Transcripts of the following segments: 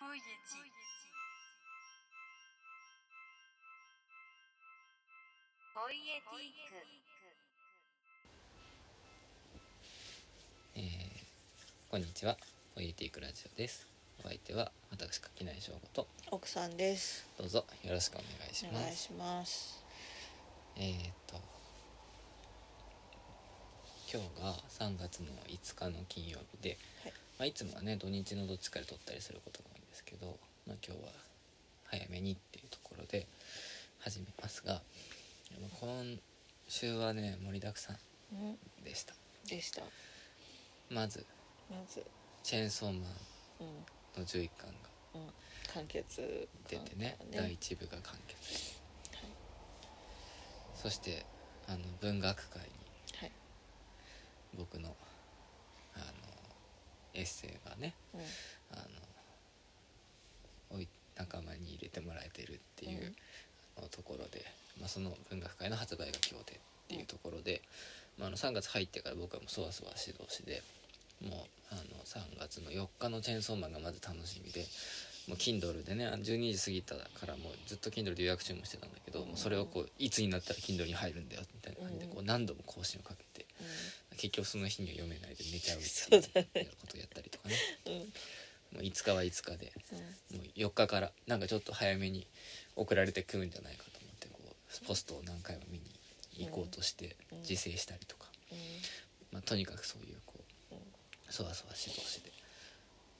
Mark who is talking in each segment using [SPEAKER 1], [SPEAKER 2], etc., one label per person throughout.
[SPEAKER 1] ポイエチポイエティック
[SPEAKER 2] えーこんにちはポエティークラジオですお相手は私垣内翔吾と
[SPEAKER 3] 奥さんです。
[SPEAKER 2] どうぞよろしくお願いし
[SPEAKER 3] お
[SPEAKER 2] ま
[SPEAKER 3] 願い
[SPEAKER 2] す
[SPEAKER 3] します。
[SPEAKER 2] えーっと今日が3月の5日の金曜日で、
[SPEAKER 3] はい
[SPEAKER 2] まあ、いつもはね土日のどっちかで撮ったりすることが多いんですけど、まあ、今日は早めにっていうところで始めますがまあ今週はね盛りだくさん
[SPEAKER 3] うん、
[SPEAKER 2] でした
[SPEAKER 3] でした。
[SPEAKER 2] まず
[SPEAKER 3] まず、
[SPEAKER 2] 「チェーンソーマン
[SPEAKER 3] うん、」
[SPEAKER 2] の11巻が
[SPEAKER 3] うん、完結
[SPEAKER 2] 出
[SPEAKER 3] 感
[SPEAKER 2] てね
[SPEAKER 3] が
[SPEAKER 2] 第1部が完結し
[SPEAKER 3] はい、
[SPEAKER 2] そしてあの文学界に
[SPEAKER 3] はい、
[SPEAKER 2] 僕のあのエッセイがね
[SPEAKER 3] うん、
[SPEAKER 2] あのおい仲間に入れてもらえてるっていう、
[SPEAKER 3] うん
[SPEAKER 2] あのところで、まあ、その文学界の発売が今日でっていうところで、まあ、あの3月入ってから僕はもうそわそわし同士でもうあの3月の4日の「チェーンソーマン」がまず楽しみでもう Kindle でねあの12時過ぎたからもうずっと Kindle で予約注文してたんだけど、もうそれをこういつになったら Kindle に入るんだよみたいな感じでこう何度も更新をかけて結局その日には読めないで寝ちゃうっていうことをやったりとかね。
[SPEAKER 3] うん、うん、
[SPEAKER 2] もう5日は5日でもう4日からなんかちょっと早めに送られてくるんじゃないかと思ってこうポストを何回も見に行こうとして
[SPEAKER 3] うん
[SPEAKER 2] 自制したりとか、まあ、とにかくそういうこ
[SPEAKER 3] うん、
[SPEAKER 2] うそわそわし同士で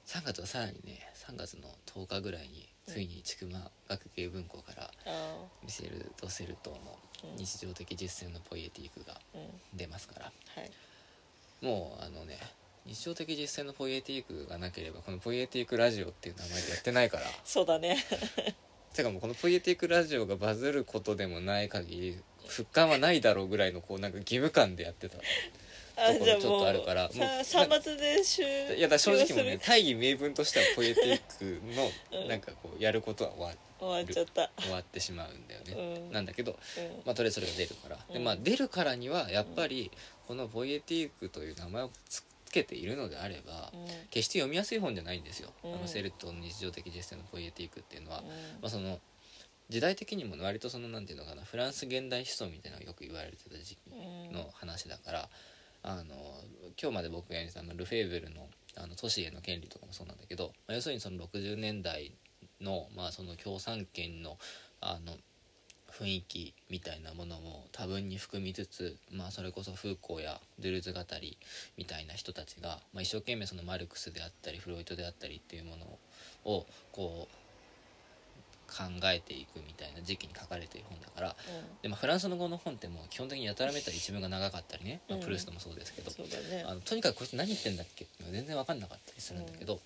[SPEAKER 2] 3月はさらにね3月の10日ぐらいについに千曲学芸文庫から
[SPEAKER 3] あ
[SPEAKER 2] ミシェル・ドセルトの
[SPEAKER 3] うん
[SPEAKER 2] 日常的実践のポイエティークが
[SPEAKER 3] ー、うん、
[SPEAKER 2] 出ますから
[SPEAKER 3] はい、
[SPEAKER 2] もうあのね日常的実践のポイエティークがなければこのポイエティークラジオっていう名前でやってないから。
[SPEAKER 3] そうだね。
[SPEAKER 2] てかもうこの「ポイエティックラジオ」がバズることでもない限り復刊はないだろうぐらいのこうなんか義務感でやってた
[SPEAKER 3] あ、
[SPEAKER 2] ところ
[SPEAKER 3] じゃあ
[SPEAKER 2] ちょっ
[SPEAKER 3] も
[SPEAKER 2] と
[SPEAKER 3] う、
[SPEAKER 2] あるからもう
[SPEAKER 3] さ三抜で終
[SPEAKER 2] いやだから正直もう
[SPEAKER 3] 終了
[SPEAKER 2] ね
[SPEAKER 3] す
[SPEAKER 2] 大義名分としては「ポイエティック」
[SPEAKER 3] う
[SPEAKER 2] の
[SPEAKER 3] ん
[SPEAKER 2] なんかこうやることは終わ
[SPEAKER 3] る終わっちゃった。
[SPEAKER 2] 終わってしまうんだよね、
[SPEAKER 3] うん
[SPEAKER 2] なんだけど、
[SPEAKER 3] うん、
[SPEAKER 2] まあ、とりあえずそれが出るから、で
[SPEAKER 3] うん
[SPEAKER 2] まあ出るからにはやっぱりこの「ポイエティック」という名前をつけているのであれば、
[SPEAKER 3] うん、
[SPEAKER 2] 決して読みやすい本じゃないんですよ、
[SPEAKER 3] う
[SPEAKER 2] あ
[SPEAKER 3] ん
[SPEAKER 2] のセルトの日常的実践の「ポイエティック」っていうのは、
[SPEAKER 3] うん
[SPEAKER 2] まあ、その時代的にも割とそのなんていうのかなフランス現代思想みたいなのがよく言われてた時期
[SPEAKER 3] うん
[SPEAKER 2] の話だから、あの今日まで僕がやってたあのルフェーブルのあの都市への権利とかもそうなんだけど、まあ、要するにその60年代の,、まあその共産圏のあの雰囲気みたいなものも多分に含みつつ、まあ、それこそフーコーやドゥルーズ語りみたいな人たちが、まあ、一生懸命そのマルクスであったりフロイトであったりっていうものをこう考えていくみたいな時期に書かれている本だから
[SPEAKER 3] うん、
[SPEAKER 2] で、まあ、フランスの語の本ってもう基本的にやたらめたら一文が長かったりね、まあ
[SPEAKER 3] うん
[SPEAKER 2] プルーストもそうですけど、
[SPEAKER 3] そうだね。
[SPEAKER 2] あのとにかくこいつ何言ってんだっけっていうのが全然分かんなかったりするんだけど、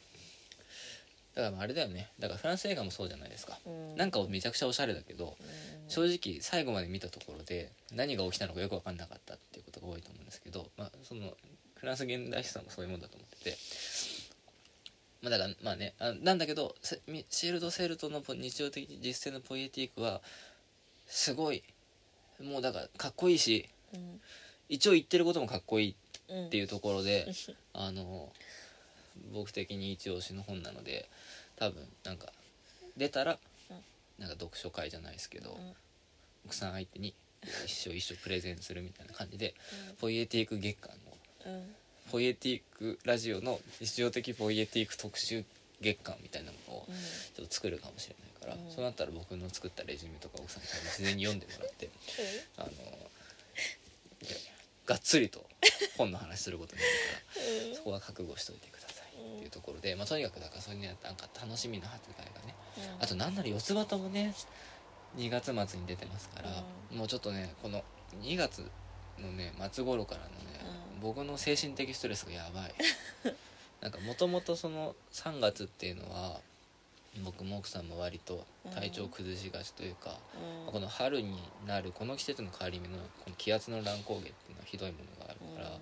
[SPEAKER 2] だからまああれだよねだからフランス映画もそうじゃないですか。
[SPEAKER 3] うん、
[SPEAKER 2] なんかめちゃくちゃおしゃれだけど
[SPEAKER 3] うん、
[SPEAKER 2] 正直最後まで見たところで何が起きたのかよく分かんなかったっていうことが多いと思うんですけど、まあ、そのフランス現代史さんもそういうもんだと思ってて。まあ、だからまあねあなんだけどせミシールド・セルトのポ日常的実践のポイエティークはすごいもうだからかっこいいし
[SPEAKER 3] うん、
[SPEAKER 2] 一応言ってることもかっこいい
[SPEAKER 3] うん、
[SPEAKER 2] っていううところ であの僕的に一押しの本なので多分なんか出たら
[SPEAKER 3] うん
[SPEAKER 2] なんか読書会じゃないですけど、
[SPEAKER 3] ん
[SPEAKER 2] 奥さん相手に一生一生プレゼンするみたいな感じでポイエティーク月間の
[SPEAKER 3] うん、
[SPEAKER 2] ポイエティークラジオの日常的ポイエティーク特集月間みたいなのを
[SPEAKER 3] うん
[SPEAKER 2] ちょっと作るかもしれないから、
[SPEAKER 3] うん
[SPEAKER 2] そうなったら僕の作ったレジュメとか奥さんから自然に読んでもらって。あのでがっつりと本の話することになるからそこは覚悟しといてくださいっていうところで、まあ、とにかくだからそれにはなんか楽しみな発売がねあとなんなら四つ葉もね2月末に出てますから、もうちょっとねこの2月のね末頃からのね、
[SPEAKER 3] うん
[SPEAKER 2] 僕の精神的ストレスがやば いなんかもともとその3月っていうのは僕も奥さんも割と体調崩しがちというか、
[SPEAKER 3] うん、
[SPEAKER 2] この春になるこの季節の変わり目のこの気圧の乱高下っていうのはひどいものがあるから、も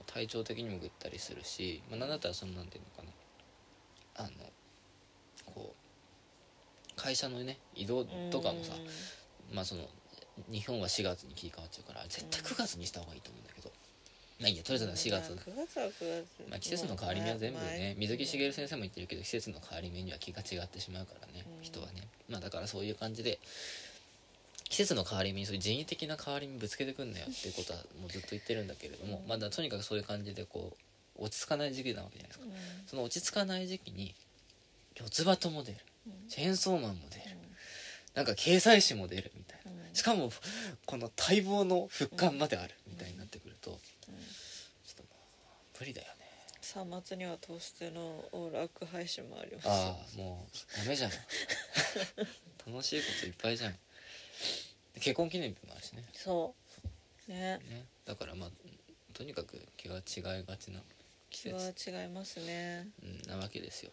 [SPEAKER 2] う体調的にもぐったりするし、まあ、なんだったらそのなんていうのかなあのこう会社のね移動とかもさ、まあその日本は4月に切り替わっちゃうから絶対9月にした方がいいと思うんだけど、まあいいやとりあえずの4月
[SPEAKER 3] まあ九月は9月
[SPEAKER 2] まあ、季節の変わり目は全部
[SPEAKER 3] まあ
[SPEAKER 2] ね水木しげる先生も言ってるけど季節の変わり目には気が違ってしまうからね
[SPEAKER 3] うん
[SPEAKER 2] 人はね、まあ、だからそういう感じで季節の変わり目にそういう人為的な変わり目ぶつけてくんなよっていうことはもうずっと言ってるんだけれども、
[SPEAKER 3] うん
[SPEAKER 2] まあだとにかくそういう感じでこう落ち着かない時期なわけじゃないですか
[SPEAKER 3] うん
[SPEAKER 2] その落ち着かない時期に四つ葉とも出る
[SPEAKER 3] うん
[SPEAKER 2] チェーンソーマンも出るなんか掲載誌も出るみたいな
[SPEAKER 3] うんうん
[SPEAKER 2] しかもこの待望の復刊まであるみたいになってくるとちょ
[SPEAKER 3] うん
[SPEAKER 2] っとまあ無理だよね
[SPEAKER 3] 3月には投資でのオーラク配信もあります
[SPEAKER 2] ああもうダメじゃん楽しいこといっぱいじゃんで結婚記念日もあるしね
[SPEAKER 3] そうね
[SPEAKER 2] ねだからまあとにかく気が違いがちな季
[SPEAKER 3] 気は
[SPEAKER 2] 節、
[SPEAKER 3] 違いますね
[SPEAKER 2] うん、なわけですよ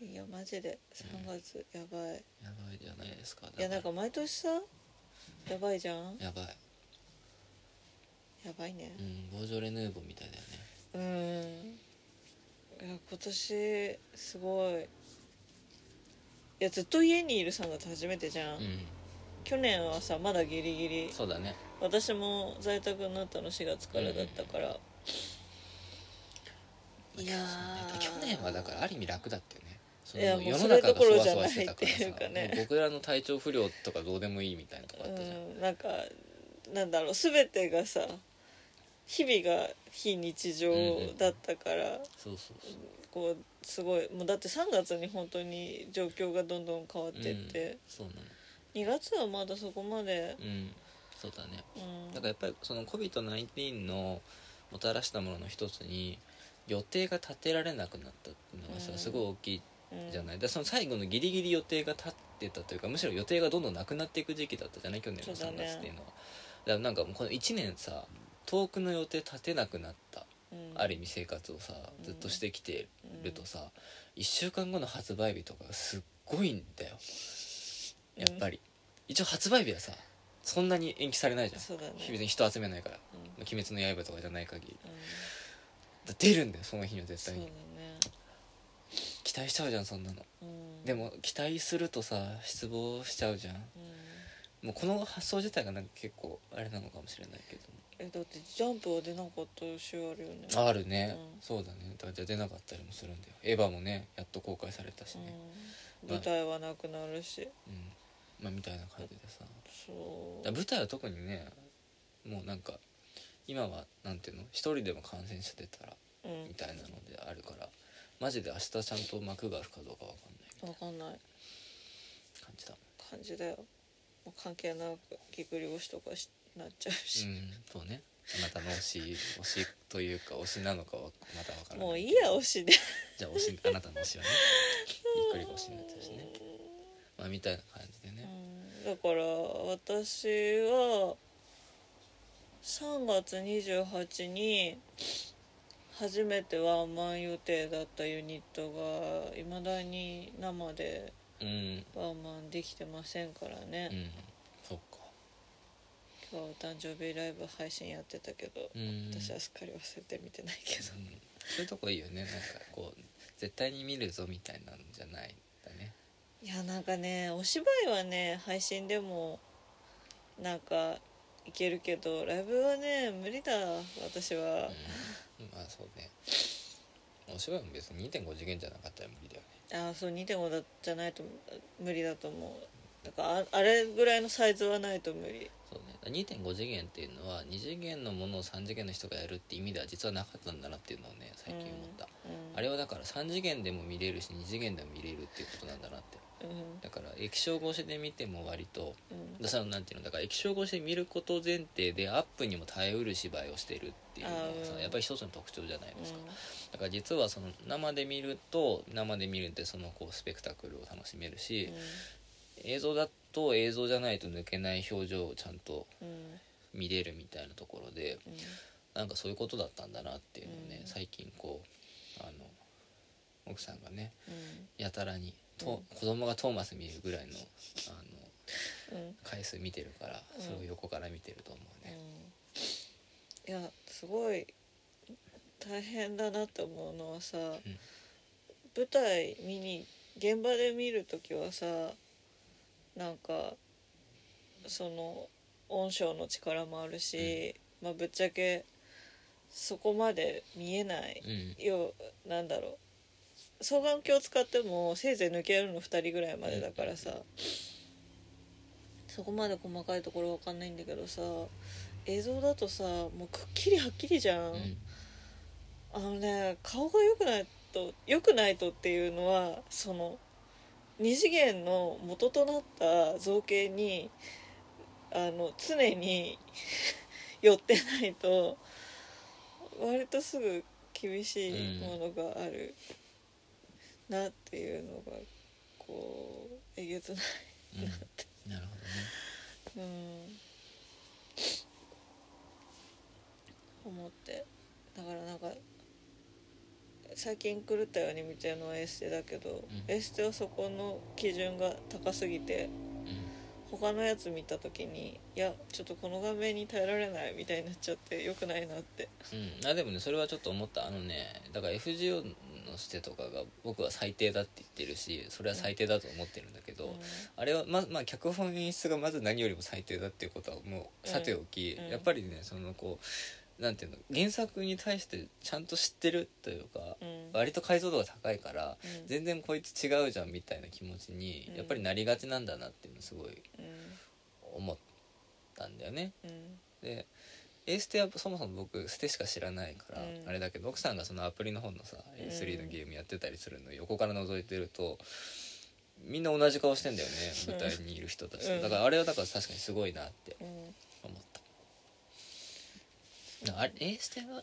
[SPEAKER 3] いやマジで3月やばい
[SPEAKER 2] やばいじゃないですかだ
[SPEAKER 3] いやなんか毎年さやばいじゃん
[SPEAKER 2] やばい、
[SPEAKER 3] やばいね
[SPEAKER 2] うん、ボージョレ・ヌーボーみたいだよね
[SPEAKER 3] うんいや今年すごいいやずっと家にいる3月初めてじゃん、
[SPEAKER 2] う
[SPEAKER 3] 去年はさまだギリギリ
[SPEAKER 2] んそうだね
[SPEAKER 3] 私も在宅になったの4月からだったから、いやー
[SPEAKER 2] 去年はだからある意味楽だったよねその
[SPEAKER 3] いやもう
[SPEAKER 2] 世の中がそわそわ
[SPEAKER 3] そ
[SPEAKER 2] して
[SPEAKER 3] れど
[SPEAKER 2] たか
[SPEAKER 3] ころ
[SPEAKER 2] ら
[SPEAKER 3] じゃないってい
[SPEAKER 2] さ
[SPEAKER 3] うかね
[SPEAKER 2] もう僕らの体調不良とかどうでもいいみたいなとこあったじゃん、
[SPEAKER 3] うんなんかなんだろう全てがさ日々が非日常だったから、
[SPEAKER 2] そうそうそう
[SPEAKER 3] こうすごいもうだって3月に本当に状況がどんどん変わってって、
[SPEAKER 2] そうなの
[SPEAKER 3] 2月はまだそこまで、
[SPEAKER 2] うんそうだね
[SPEAKER 3] うん、
[SPEAKER 2] だからやっぱりその COVID-19 のもたらしたものの一つに予定が立てられなくなったっていうのがさ、
[SPEAKER 3] うん
[SPEAKER 2] すごい大きい
[SPEAKER 3] うん
[SPEAKER 2] じゃない、でその最後のギリギリ予定が立ってたというかむしろ予定がどんどんなくなっていく時期だったじゃない去年の
[SPEAKER 3] そうだ
[SPEAKER 2] 3
[SPEAKER 3] ね
[SPEAKER 2] 月っていうのはだ,、からなんかもうこの1年さ遠くの予定立てなくなった、
[SPEAKER 3] うん
[SPEAKER 2] ある意味生活をさ
[SPEAKER 3] うん
[SPEAKER 2] ずっとしてきてるとさ、1週間後の発売日とかがすっごいんだよやっぱり、一応発売日はさそんなに延期されないじゃん
[SPEAKER 3] そうだね
[SPEAKER 2] 別に人集めないから
[SPEAKER 3] うんうん
[SPEAKER 2] 「鬼滅の刃」とかじゃない限りだ出るんだよその日には絶
[SPEAKER 3] そう
[SPEAKER 2] 対
[SPEAKER 3] だね
[SPEAKER 2] に、期待しちゃうじゃんそんなの
[SPEAKER 3] うん、
[SPEAKER 2] で、も期待するとさ失望しちゃうじゃん
[SPEAKER 3] うん、
[SPEAKER 2] もうこの発想自体がなんか結構あれなのかもしれないけど
[SPEAKER 3] えだってジャンプは出なかった週あるよね
[SPEAKER 2] あるね、
[SPEAKER 3] うん
[SPEAKER 2] そうだねだからじゃあ出なかったりもするんだよエヴァもねやっと公開されたしね
[SPEAKER 3] うん、舞台はなくなるし、
[SPEAKER 2] うん、まあみたいな感じでさだか
[SPEAKER 3] そう
[SPEAKER 2] ら舞台は特にねもうなんか今はなんていうの一人でも感染してたら
[SPEAKER 3] うん
[SPEAKER 2] みたいなのであるからマジで明日ちゃんと幕があるかどうかわかんない
[SPEAKER 3] わかんない
[SPEAKER 2] 感じだ
[SPEAKER 3] 感じだよもう関係なくぎっくり腰とかしなっちゃう
[SPEAKER 2] う
[SPEAKER 3] し、
[SPEAKER 2] んそうねあなたの推し推しというか推しなのかはまだわからない
[SPEAKER 3] もういいや推しで
[SPEAKER 2] じゃあ推しあなたの推しはねゆっくり推しになっちゃうしねまあみたいな感じで
[SPEAKER 3] う
[SPEAKER 2] ね
[SPEAKER 3] んだから私は3月28に初めてワンマン予定だったユニットがいまだに生で
[SPEAKER 2] うんうん
[SPEAKER 3] ワンマンできてませんからね、
[SPEAKER 2] そっか
[SPEAKER 3] 今日はお誕生日ライブ配信やってたけど、
[SPEAKER 2] うん
[SPEAKER 3] 私はすっかり忘れて見てないけど
[SPEAKER 2] うんそういうとこいいよねなんかこう絶対に見るぞみたいなんじゃないんだね
[SPEAKER 3] いやなんかねお芝居はね配信でもなんかいけるけどライブはね無理だ私は、
[SPEAKER 2] うんまあそうねお芝居も別に2.5次元じゃなかったら無理だよね
[SPEAKER 3] ああそう2.5だじゃないと無理だと思うだからああれぐらいのサイズはないと無理
[SPEAKER 2] そうね、2.5次元っていうのは2次元のものを3次元の人がやるって意味では実はなかったんだなっていうのをね最近思った、
[SPEAKER 3] うん
[SPEAKER 2] あれはだから3次元でも見れるし2次元でも見れるっていうことなんだなって
[SPEAKER 3] うんうん
[SPEAKER 2] だから液晶越しで見ても割と
[SPEAKER 3] うん
[SPEAKER 2] だからなんていうのだから液晶越しで見ること前提でアップにも耐えうる芝居をしてるっていうのが
[SPEAKER 3] あ
[SPEAKER 2] さ
[SPEAKER 3] ー
[SPEAKER 2] やっぱり一つの特徴じゃないですか、だから実はその生で見ると生で見るってそのこうスペクタクルを楽しめるし、映像だと映像じゃないと抜けない表情をちゃんと
[SPEAKER 3] うんうん
[SPEAKER 2] 見れるみたいなところで
[SPEAKER 3] うん
[SPEAKER 2] なんかそういうことだったんだなっていうのをね、
[SPEAKER 3] うん
[SPEAKER 2] 最近こうあの奥さんがね
[SPEAKER 3] うん
[SPEAKER 2] やたらに、と
[SPEAKER 3] う
[SPEAKER 2] 子供がトーマス見るぐらいのあの
[SPEAKER 3] うん
[SPEAKER 2] 回数見てるから、
[SPEAKER 3] うん
[SPEAKER 2] それを横から見てると思うね。
[SPEAKER 3] うんいやすごい大変だなって思うのはさ、舞台見に現場で見る時はさなんかその音声の力もあるし、まあぶっちゃけそこまで見えない
[SPEAKER 2] うん
[SPEAKER 3] よなんだろう双眼鏡使ってもせいぜい抜けるの2人ぐらいまでだからさそこまで細かいところわかんないんだけどさ映像だとさもうくっきりはっきりじゃん、
[SPEAKER 2] うん
[SPEAKER 3] あのね顔が良くないと良くないとっていうのはその二次元の元となった造形にあの常に 寄ってないと割とすぐ厳しいものがあるなっていうのがこうえげつない。
[SPEAKER 2] うんなるほどね
[SPEAKER 3] うん思ってだからなんか最近狂ったように見てるのはエステだけど、
[SPEAKER 2] ん
[SPEAKER 3] エステはそこの基準が高すぎて他のやつ見た時にいやちょっとこの画面に耐えられないみたいになっちゃってよくないなって
[SPEAKER 2] うん、うん、あでもねそれはちょっと思ったあのねだから FGO の捨てとかが僕は最低だって言ってるしそれは最低だと思ってるんだけど、あれはままあ脚本演出がまず何よりも最低だっていうことはもうさておき、
[SPEAKER 3] うんうん
[SPEAKER 2] やっぱりねそのこうなんていうの原作に対してちゃんと知ってるというか、
[SPEAKER 3] うんうん
[SPEAKER 2] 割と解像度が高いから
[SPEAKER 3] うん
[SPEAKER 2] 全然こいつ違うじゃんみたいな気持ちに
[SPEAKER 3] うん
[SPEAKER 2] やっぱりなりがちなんだなっていうのすごい
[SPEAKER 3] うん
[SPEAKER 2] 思ったんだよね。
[SPEAKER 3] うん
[SPEAKER 2] でエーステはそもそも僕ステしか知らないから、
[SPEAKER 3] うん
[SPEAKER 2] あれだけど奥さんがそのアプリの方のさ
[SPEAKER 3] うん
[SPEAKER 2] A3 のゲームやってたりするの横から覗いてるとみんな同じ顔してんだよね
[SPEAKER 3] うん
[SPEAKER 2] 舞台にいる人たち、
[SPEAKER 3] うん
[SPEAKER 2] だからあれはだから確かにすごいなって
[SPEAKER 3] うん
[SPEAKER 2] 思った、あれエーステは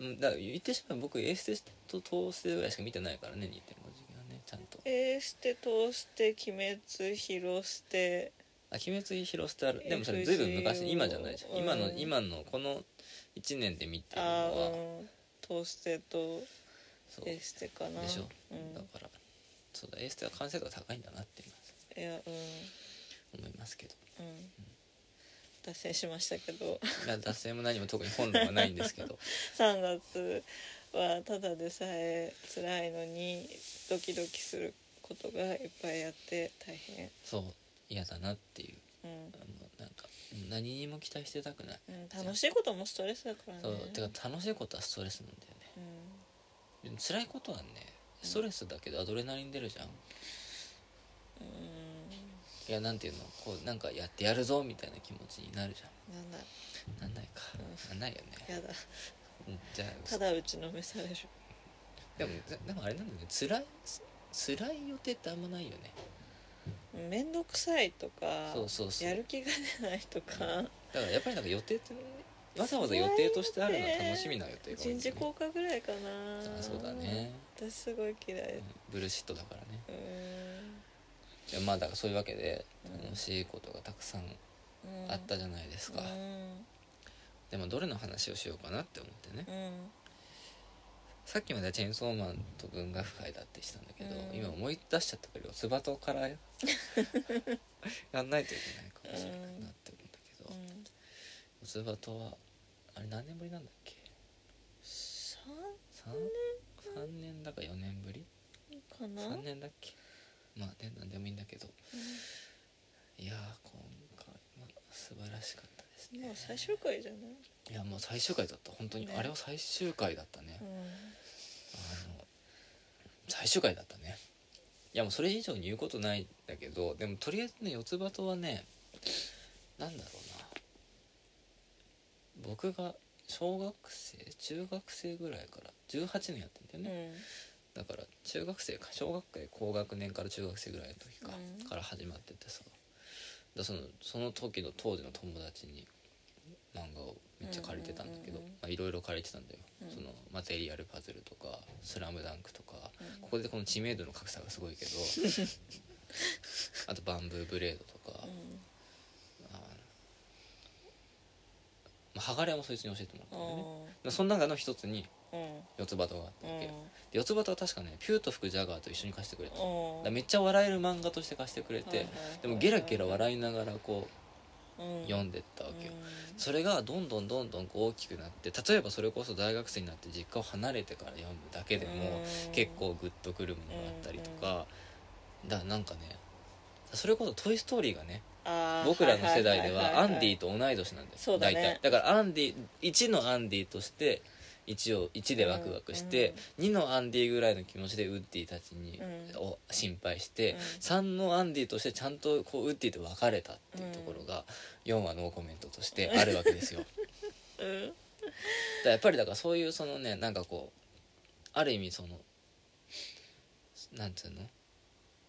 [SPEAKER 2] うんだから言ってしまえば僕エーステとトーステぐらいしか見てないからね似てる時期はねちゃんと
[SPEAKER 3] エステ通して「鬼滅」「ヒロステ」
[SPEAKER 2] あ鬼滅広してあるでもそれ随分昔
[SPEAKER 3] FGO
[SPEAKER 2] 今じゃないじゃん今の
[SPEAKER 3] うん
[SPEAKER 2] 今のこの1年で見てるの
[SPEAKER 3] あ
[SPEAKER 2] は、
[SPEAKER 3] ーうん通してと
[SPEAKER 2] そう
[SPEAKER 3] エステかな
[SPEAKER 2] でしょ
[SPEAKER 3] うん、
[SPEAKER 2] だからそうだエーステは完成度が高いんだなって
[SPEAKER 3] いやうん
[SPEAKER 2] 思いますけど
[SPEAKER 3] うん脱線しましたけど
[SPEAKER 2] いや脱線も何も特に本論はないんですけど
[SPEAKER 3] 3月はただでさえ辛いのにドキドキすることがいっぱいあって大変
[SPEAKER 2] そう嫌だなっていう
[SPEAKER 3] うん
[SPEAKER 2] あ、のなんか何にも期待してたくない、
[SPEAKER 3] うん、楽しいこともストレスだからね
[SPEAKER 2] そうてか楽しいことはストレスなんだよ
[SPEAKER 3] う
[SPEAKER 2] ねでも辛いことはねストレスだけどアドレナリン出るじゃん
[SPEAKER 3] ん、
[SPEAKER 2] いやなんていうのこうなんかやってやるぞみたいな気持ちになるじゃ
[SPEAKER 3] うん、なんだ
[SPEAKER 2] んなんないか、なんないよね
[SPEAKER 3] やだ
[SPEAKER 2] うんじゃあ
[SPEAKER 3] ただ打ちのめされる
[SPEAKER 2] でもでもあれなんだよね辛い辛い予定ってあんまないよね
[SPEAKER 3] 面倒くさいとか
[SPEAKER 2] そうそうそう
[SPEAKER 3] やる気が出ないとか
[SPEAKER 2] だからやっぱりなんか予定ってねわざわざ予定としてあるのは楽しみな予定が多い
[SPEAKER 3] 人
[SPEAKER 2] んだ
[SPEAKER 3] 事
[SPEAKER 2] よね
[SPEAKER 3] 効果ぐらいかな
[SPEAKER 2] あそうだね
[SPEAKER 3] 私すごい嫌い
[SPEAKER 2] ブルーシットだからね
[SPEAKER 3] う
[SPEAKER 2] いやまあだからそういうわけで
[SPEAKER 3] うん
[SPEAKER 2] 楽しいことがたくさん
[SPEAKER 3] ん
[SPEAKER 2] あったじゃないですか、
[SPEAKER 3] うん
[SPEAKER 2] でもどれの話をしようかなって思ってね
[SPEAKER 3] うん
[SPEAKER 2] さっきまでチェーンソーマンと文学会だってしたんだけど、
[SPEAKER 3] うん
[SPEAKER 2] 今思い出しちゃったから四つ葉とから やんないといけないかもしれないなって思うんだけど
[SPEAKER 3] うん
[SPEAKER 2] 四つ葉とはあれ何年ぶりなんだっけ
[SPEAKER 3] さ
[SPEAKER 2] 3, 3年だか4年ぶり
[SPEAKER 3] んかな
[SPEAKER 2] 3年だっけまあね何でもいいんだけどいやー今回も素晴らしかったです
[SPEAKER 3] うん
[SPEAKER 2] ね
[SPEAKER 3] もう最終回じゃない
[SPEAKER 2] いやもう最終回だった本当に、
[SPEAKER 3] ね
[SPEAKER 2] あれは最終回だったね、
[SPEAKER 3] う
[SPEAKER 2] あ
[SPEAKER 3] ん
[SPEAKER 2] の最終回だったねいやもうそれ以上に言うことないんだけどでもとりあえずね四つ葉とはねなんだろうな僕が小学生中学生ぐらいから18年やってんだよね、だから中学生か小学生高学年から中学生ぐらいの時か、
[SPEAKER 3] うん
[SPEAKER 2] から始まっててさだそのその時の当時の友達に漫画をめっちゃ借りてたんだけど
[SPEAKER 3] うんうんうんうん
[SPEAKER 2] まあいろいろ借りてたんだよ、
[SPEAKER 3] うん
[SPEAKER 2] そのマテリアルパズルとか「スラムダンクとか、
[SPEAKER 3] うん
[SPEAKER 2] ここでこの知名度の格差がすごい けどあと「バンブーブレード」とか、
[SPEAKER 3] うん
[SPEAKER 2] あのまあ、剥がれもそいつに教えても
[SPEAKER 3] う
[SPEAKER 2] らったんだよね
[SPEAKER 3] ん
[SPEAKER 2] でその中の一つに
[SPEAKER 3] うん
[SPEAKER 2] 四つ葉とがあった
[SPEAKER 3] う
[SPEAKER 2] わけ、
[SPEAKER 3] ん
[SPEAKER 2] で四つ葉とは確かねピューと吹くジャガーと一緒に貸してくれただか
[SPEAKER 3] うん
[SPEAKER 2] らめっちゃ笑える漫画として貸してくれ
[SPEAKER 3] はい
[SPEAKER 2] て
[SPEAKER 3] はいはい
[SPEAKER 2] でもゲラゲラ笑いながらこ
[SPEAKER 3] うん
[SPEAKER 2] う読んでったわけよ
[SPEAKER 3] うん
[SPEAKER 2] それがどんどんどんどんこう大きくなって例えばそれこそ大学生になって実家を離れてから読むだけでも
[SPEAKER 3] うん
[SPEAKER 2] 結構グッとくるものがあったりとかだからなんかねそれこそ「トイ・ストーリー」がね
[SPEAKER 3] あー
[SPEAKER 2] 僕らの世代で
[SPEAKER 3] いい
[SPEAKER 2] はいア
[SPEAKER 3] いい
[SPEAKER 2] ンディと同い年なんだよ
[SPEAKER 3] そうだね
[SPEAKER 2] 大体だからアンディ1のアンディとして一応1でワクワクして、2のアンディぐらいの気持ちでウッディたちに、
[SPEAKER 3] うん
[SPEAKER 2] を心配して、
[SPEAKER 3] うん
[SPEAKER 2] 3のアンディとしてちゃんとこうウッディと別れたっていうところが、4はノーコメントとして あるわけですよ。だか
[SPEAKER 3] うん
[SPEAKER 2] らやっぱりだからそういうそのねなんかこうある意味そのなんつうの、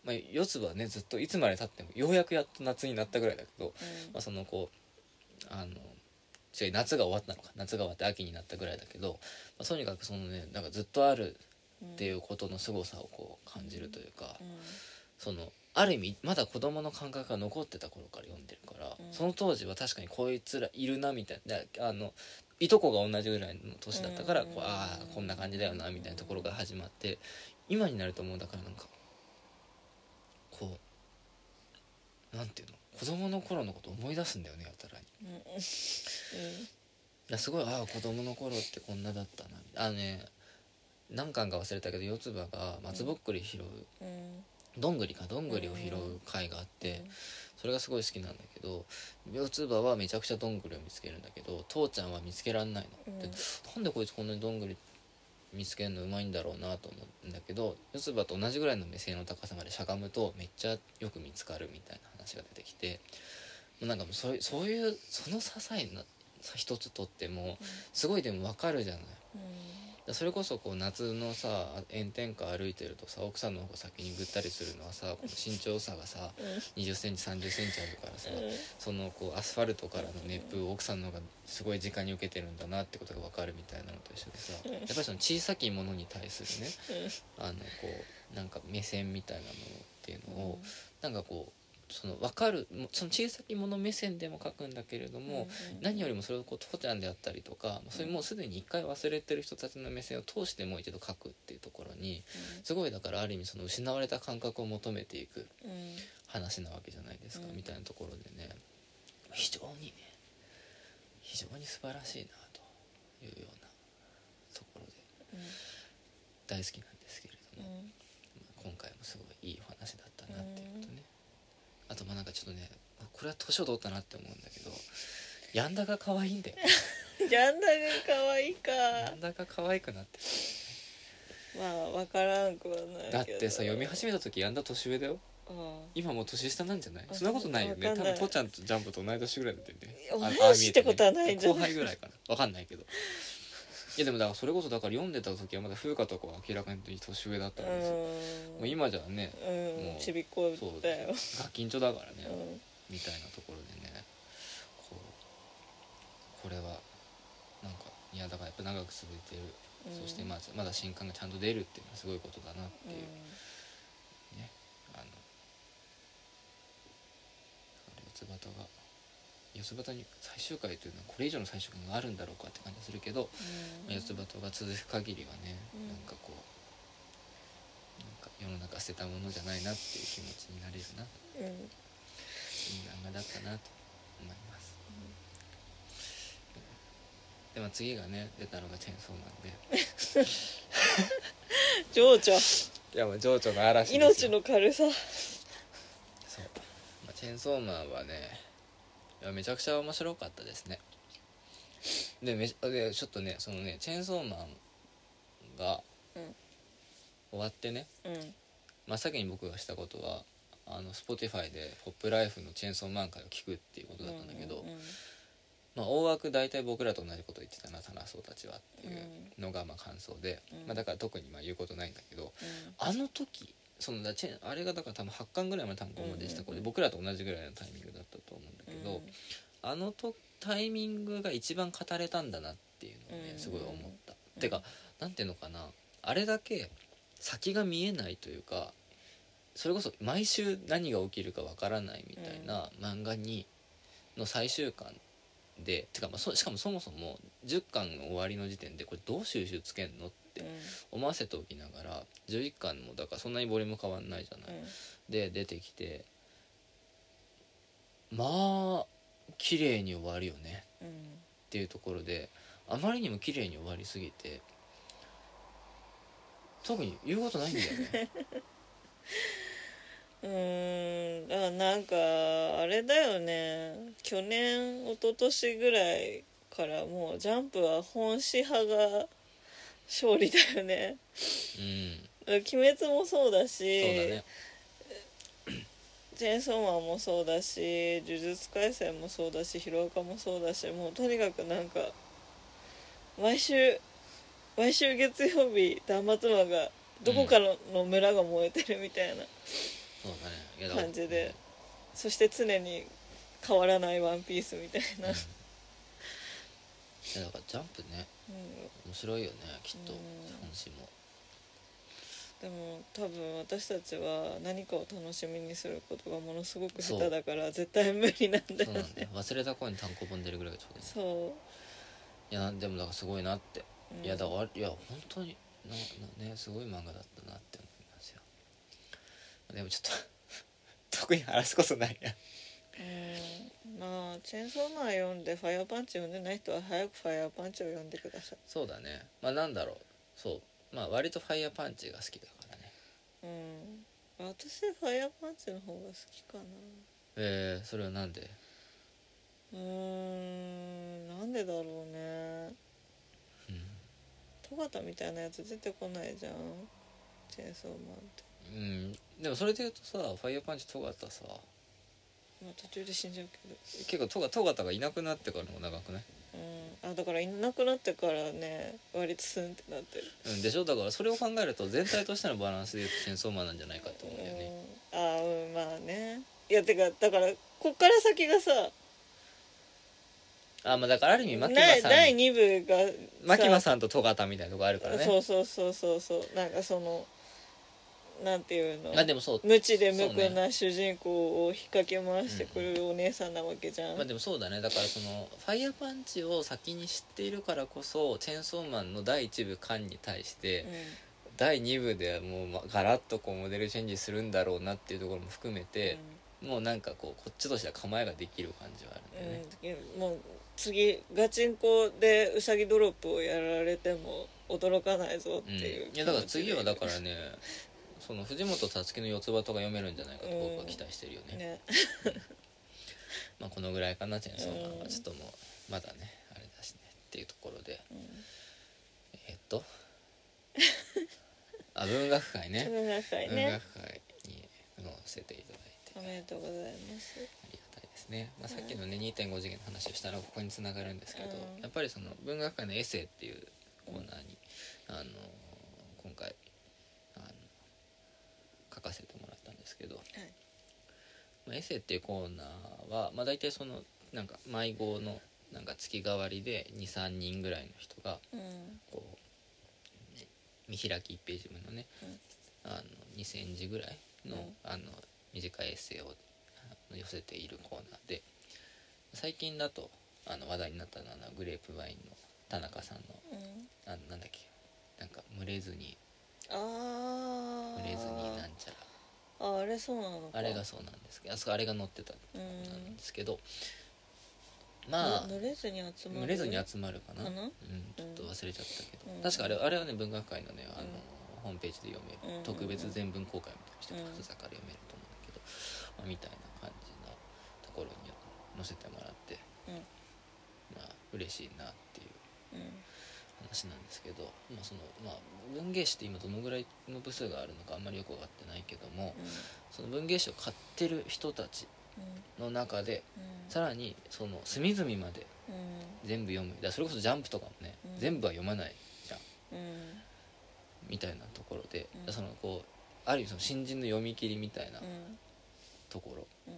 [SPEAKER 2] まあ、四つ葉はねずっといつまでたってもようやくやっと夏になったぐらいだけど、まあ、そのこうあの違う夏が終わったのか夏が終わって秋になったぐらいだけど、まあ、とにかくそのねなんかずっとある
[SPEAKER 3] うん
[SPEAKER 2] っていうことの凄さをこう感じるというか、
[SPEAKER 3] うん
[SPEAKER 2] そのある意味まだ子供の感覚が残ってた頃から読んでるから、
[SPEAKER 3] うん
[SPEAKER 2] その当時は確かにこいつらいるなみたいなであのいとこが同じぐらいの年だったから、
[SPEAKER 3] うん
[SPEAKER 2] こうああこんな感じだよなみたいなところが始まって今になるともうだからなんかこうなんていうの子供の頃のこと思い出すんだよねやたらに。
[SPEAKER 3] うんうん
[SPEAKER 2] いやすごいああ子供の頃ってこんなだったなあのね何巻か忘れたけど四つ葉が松ぼっくり拾う、
[SPEAKER 3] うん
[SPEAKER 2] どんぐりかどんぐりを拾う回があって、それがすごい好きなんだけど四つ葉はめちゃくちゃどんぐりを見つけるんだけど父ちゃんは見つけらんないの、
[SPEAKER 3] うん
[SPEAKER 2] でなんでこいつこんなにどんぐり見つけるのうまいんだろうなと思うんだけど四つ葉と同じぐらいの目線の高さまでしゃがむとめっちゃよく見つかるみたいな話が出てきてもうなんかもうそういそういうその些細な一つとってもすごいでも分かるじゃない。
[SPEAKER 3] うん
[SPEAKER 2] それこそこう夏のさ炎天下歩いてるとさ奥さんの方が先にぐったりするのはさこの身長差がさ
[SPEAKER 3] うん
[SPEAKER 2] 2 0センチ3 0センチあるからさ
[SPEAKER 3] うん
[SPEAKER 2] そのこうアスファルトからの熱風を奥さんの方がすごい時間に受けてるんだなってことが分かるみたいなのと一緒でさ
[SPEAKER 3] うん
[SPEAKER 2] やっぱりその小さきものに対するねあのこうなんか目線みたいなものっていうのをなんかこうその分かるもその小さきもの目線でも書くんだけれども、
[SPEAKER 3] うん
[SPEAKER 2] 何よりもそれをこう父ちゃんであったりとかそれもうすでに一回忘れてる人たちの目線を通してもう一度書くっていうところにすごいだからある意味その失われた感覚を求めていく
[SPEAKER 3] うん
[SPEAKER 2] 話なわけじゃないですか、
[SPEAKER 3] うん
[SPEAKER 2] みたいなところでね非常にね非常に素晴らしいなというようなところで大好きなんですけれど
[SPEAKER 3] うん
[SPEAKER 2] も、
[SPEAKER 3] うん
[SPEAKER 2] まあ今回もすごいいいお話だったなっていうことね、あとまあなんかちょっとねこれは年を取ったなって思うんだけどやんだが可愛いんだよね
[SPEAKER 3] ジャンダが可愛いか
[SPEAKER 2] なんだか可愛くなって
[SPEAKER 3] まあわからんくはないけど
[SPEAKER 2] だってさ読み始めた時やんだ年上だよ
[SPEAKER 3] うん
[SPEAKER 2] 今もう年下なんじゃない
[SPEAKER 3] あ
[SPEAKER 2] そんなことないよね多
[SPEAKER 3] わかんない
[SPEAKER 2] 分父ちゃんとジャンプと同い年ぐらいだったよね
[SPEAKER 3] 同い年
[SPEAKER 2] あああ見え
[SPEAKER 3] ってことはないんじゃない
[SPEAKER 2] 後輩ぐらいかなわかんないけどいやでもだからそれこそだから読んでた時はまだ風花とかは明らかに年上だったんですよ、もう
[SPEAKER 3] うん
[SPEAKER 2] 今じゃね
[SPEAKER 3] う
[SPEAKER 2] もうん
[SPEAKER 3] ちびっこ
[SPEAKER 2] そう
[SPEAKER 3] だよ
[SPEAKER 2] ガキンチョだからね、
[SPEAKER 3] うん
[SPEAKER 2] みたいなところでねこうこれはなんか宮田がやっぱ長く続いてる、
[SPEAKER 3] うん
[SPEAKER 2] そしてまあまだ新刊がちゃんと出るっていうのはすごいことだなっていう、ねあの四つ葉が四つ葉に最終回というのはこれ以上の最終回があるんだろうかって感じがするけど、
[SPEAKER 3] うん
[SPEAKER 2] 四つ葉が続く限りはね、
[SPEAKER 3] うん
[SPEAKER 2] なんかこうなんか世の中捨てたものじゃないなっていう気持ちになれるないうい漫画だったなと思います、でも次がね出たのがチェーンソーマンで
[SPEAKER 3] ん情緒
[SPEAKER 2] いやもう情緒の嵐
[SPEAKER 3] 命の軽さ
[SPEAKER 2] そう、まあ、チェーンソーマンはねいやめちゃくちゃ面白かったですねでめちでちょっとねそのねチェーンソーマンが
[SPEAKER 3] うん
[SPEAKER 2] 終わってね
[SPEAKER 3] うん
[SPEAKER 2] 真っ先に僕がしたことはあの Spotify で「ポップライフのチェーンソーマン会を聞くっていうことだったんだけど、
[SPEAKER 3] うん
[SPEAKER 2] まあ、大枠大体僕らと同じこと言ってたな田中壮たちはっていうのがまあ感想で、
[SPEAKER 3] うん
[SPEAKER 2] まあ、だから特にまあ言うことないんだけどあの時そのだチェあれがだから多分8巻ぐらいまで単行までした頃で
[SPEAKER 3] うん
[SPEAKER 2] 僕らと同じぐらいのタイミングだったと思うんだけ
[SPEAKER 3] うん
[SPEAKER 2] ど、あのとタイミングが一番語れたんだなっていうのをね
[SPEAKER 3] うん
[SPEAKER 2] すごい思った。
[SPEAKER 3] うん
[SPEAKER 2] てかなんていうのかなあれだけ先が見えないというかそれこそ毎週何が起きるかわからないみたいな漫画にの最終巻でてかまあそしかもそもそも10巻の終わりの時点でこれどう収集つけんのって
[SPEAKER 3] うん
[SPEAKER 2] 思わせておきながら11巻もだからそんなにボリューム変わんないじゃない。で出てきてまあ綺麗に終わるよね
[SPEAKER 3] うんうん
[SPEAKER 2] っていうところであまりにも綺麗に終わりすぎて 特に言うことないんだよね
[SPEAKER 3] ううーんあなんかあれだよね去年一昨年ぐらいからもうジャンプは本誌派が勝利だよね
[SPEAKER 2] うん
[SPEAKER 3] 「鬼滅」もそうだ
[SPEAKER 2] そう
[SPEAKER 3] し
[SPEAKER 2] だね
[SPEAKER 3] チェーンソーマンもそうだし呪術廻戦もそうだしヒロアカもそうだしもうとにかくなんか毎週毎週月曜日断末魔がどこかの,、の村が燃えてるみたいな
[SPEAKER 2] そうだねいやだから
[SPEAKER 3] 感じでそして常に変わらないワンピースみたいな、
[SPEAKER 2] いやだからジャンプね
[SPEAKER 3] うん、
[SPEAKER 2] 面白いよねきっと
[SPEAKER 3] うん
[SPEAKER 2] 本誌も
[SPEAKER 3] でも多分私たちは何かを楽しみにすることがものすごく下手だから絶対無理なんだ
[SPEAKER 2] そ
[SPEAKER 3] よ
[SPEAKER 2] う
[SPEAKER 3] ね
[SPEAKER 2] なんだよ忘れた頃に単行本出るぐらいがちょうどいい
[SPEAKER 3] そ
[SPEAKER 2] いやなんでもだからすごいなって、
[SPEAKER 3] う、うん
[SPEAKER 2] いやだからいや本当にななねすごい漫画だったなって思いますよでもちょっと 特に話すことないや
[SPEAKER 3] うんまあ「チェーンソーマン」読んで「ファイヤーパンチ」読んでない人は早く「ファイヤーパンチ」を読んでください
[SPEAKER 2] そうだねまあなんだろうそうまあ割とファイヤーパンチが好きだからね
[SPEAKER 3] うん私ファイヤーパンチの方が好きかな
[SPEAKER 2] えー、それはなんで
[SPEAKER 3] うーんなんでだろうね
[SPEAKER 2] う
[SPEAKER 3] 戸方みたいなやつ出てこないじゃんチェーンソーマンっ
[SPEAKER 2] ん、
[SPEAKER 3] て、
[SPEAKER 2] うん、でもそれで言うとさファイヤーパンチ戸方さ
[SPEAKER 3] まあ、途中で死んじゃうけど
[SPEAKER 2] 結構戸方戸方がいなくなってからも長くない、
[SPEAKER 3] うんあだからいなくなってからね割とスンってなってる
[SPEAKER 2] うん、でしょだからそれを考えると全体としてのバランスで言うとチェーンソーマンなんじゃないかと思うんだよね
[SPEAKER 3] うん、あーうんまあねいやてかだからこっから先がさ
[SPEAKER 2] あまあだからある意味マキマ
[SPEAKER 3] ない
[SPEAKER 2] さ
[SPEAKER 3] 第
[SPEAKER 2] ん
[SPEAKER 3] 2部が
[SPEAKER 2] マキマ
[SPEAKER 3] ん
[SPEAKER 2] さんと戸方みたいなとこあるからね
[SPEAKER 3] そうそうそうそうそうなんかそのなんていうの
[SPEAKER 2] あでもそう、
[SPEAKER 3] 無知で無
[SPEAKER 2] そう
[SPEAKER 3] 垢な主人公を引っ掛け回してくるお姉さんなわけじゃん、
[SPEAKER 2] まあ、でもそうだねだからそのファイヤーパンチを先に知っているからこそチェーンソーマンの第1部巻に対して、第2部ではもうまガラッとこうモデルチェンジするんだろうなっていうところも含めて、もうなんかこうこっちとしては構えができる感じはあるんだよね、
[SPEAKER 3] うんうんもう次ガチンコでウサギドロップをやられても驚かないぞっ
[SPEAKER 2] う
[SPEAKER 3] て
[SPEAKER 2] ん
[SPEAKER 3] いう、
[SPEAKER 2] いやだから次はだからねその藤本つ樹の四つ葉とか読めるんじゃないかと僕は期待してるよね、
[SPEAKER 3] ね
[SPEAKER 2] まあこのぐらいかなチェーンソーマン
[SPEAKER 3] う
[SPEAKER 2] は
[SPEAKER 3] ん
[SPEAKER 2] ちょっともうまだねあれだしねっていうところで
[SPEAKER 3] うん
[SPEAKER 2] えーっとあ文学会ね
[SPEAKER 3] ごめんなさい
[SPEAKER 2] 文
[SPEAKER 3] ね
[SPEAKER 2] 学会に載せていただいて
[SPEAKER 3] おめでとうございます
[SPEAKER 2] ありがたいですね、まあ、さっきのね2.5次元の話をしたらここに繋がるんですけど、
[SPEAKER 3] うん
[SPEAKER 2] やっぱりその文学界のエッセイっていうコーナーに、あの今回あの書かせてもらったんですけど、まあエッセイっていうコーナーは、まあ、大体そのなんか迷子のなんか月替わりで23人ぐらいの人が
[SPEAKER 3] うん
[SPEAKER 2] こう、ね見開き1ページ分のね、
[SPEAKER 3] うん
[SPEAKER 2] あの2,000字ぐらいの,、
[SPEAKER 3] うん
[SPEAKER 2] あの短いエッセイをあの寄せているコーナーで最近だとあの話題になったのはあのグレープワインの田中さんの
[SPEAKER 3] うん
[SPEAKER 2] あのなんだっけなんか「群れずに
[SPEAKER 3] あ
[SPEAKER 2] 群
[SPEAKER 3] あ
[SPEAKER 2] れずになんちゃ」
[SPEAKER 3] ああれそうなのから
[SPEAKER 2] あれがそうなんですけどあそこあれが載ってた
[SPEAKER 3] うん
[SPEAKER 2] なんですけど、まあ
[SPEAKER 3] ぬれずに集まる
[SPEAKER 2] 群れずに集まるかな
[SPEAKER 3] かな
[SPEAKER 2] うん、ちょっと忘れちゃったけど、
[SPEAKER 3] うん
[SPEAKER 2] 確かあれあれはね文学界のねあの、
[SPEAKER 3] うん
[SPEAKER 2] ホームページで読める、
[SPEAKER 3] うんうんうん
[SPEAKER 2] 特別全文公開みたいなのして
[SPEAKER 3] うん
[SPEAKER 2] 朝から読めると思うんだけど、まあみたいな感じのところに載せてもらって
[SPEAKER 3] うん
[SPEAKER 2] まあ嬉しいなっていう
[SPEAKER 3] うん
[SPEAKER 2] 話なんですけど、まあそのまあ、文芸誌って今どのぐらいの部数があるのかあんまりよく分かってないけどもその文芸誌を買ってる人たちの中でさらにその隅々まで全部読むだからそれこそ「ジャンプ」とかもね、
[SPEAKER 3] うん
[SPEAKER 2] 全部は読まないじゃんみたいなところで、
[SPEAKER 3] うん
[SPEAKER 2] そのこうある意味その新人の読み切りみたいなところ、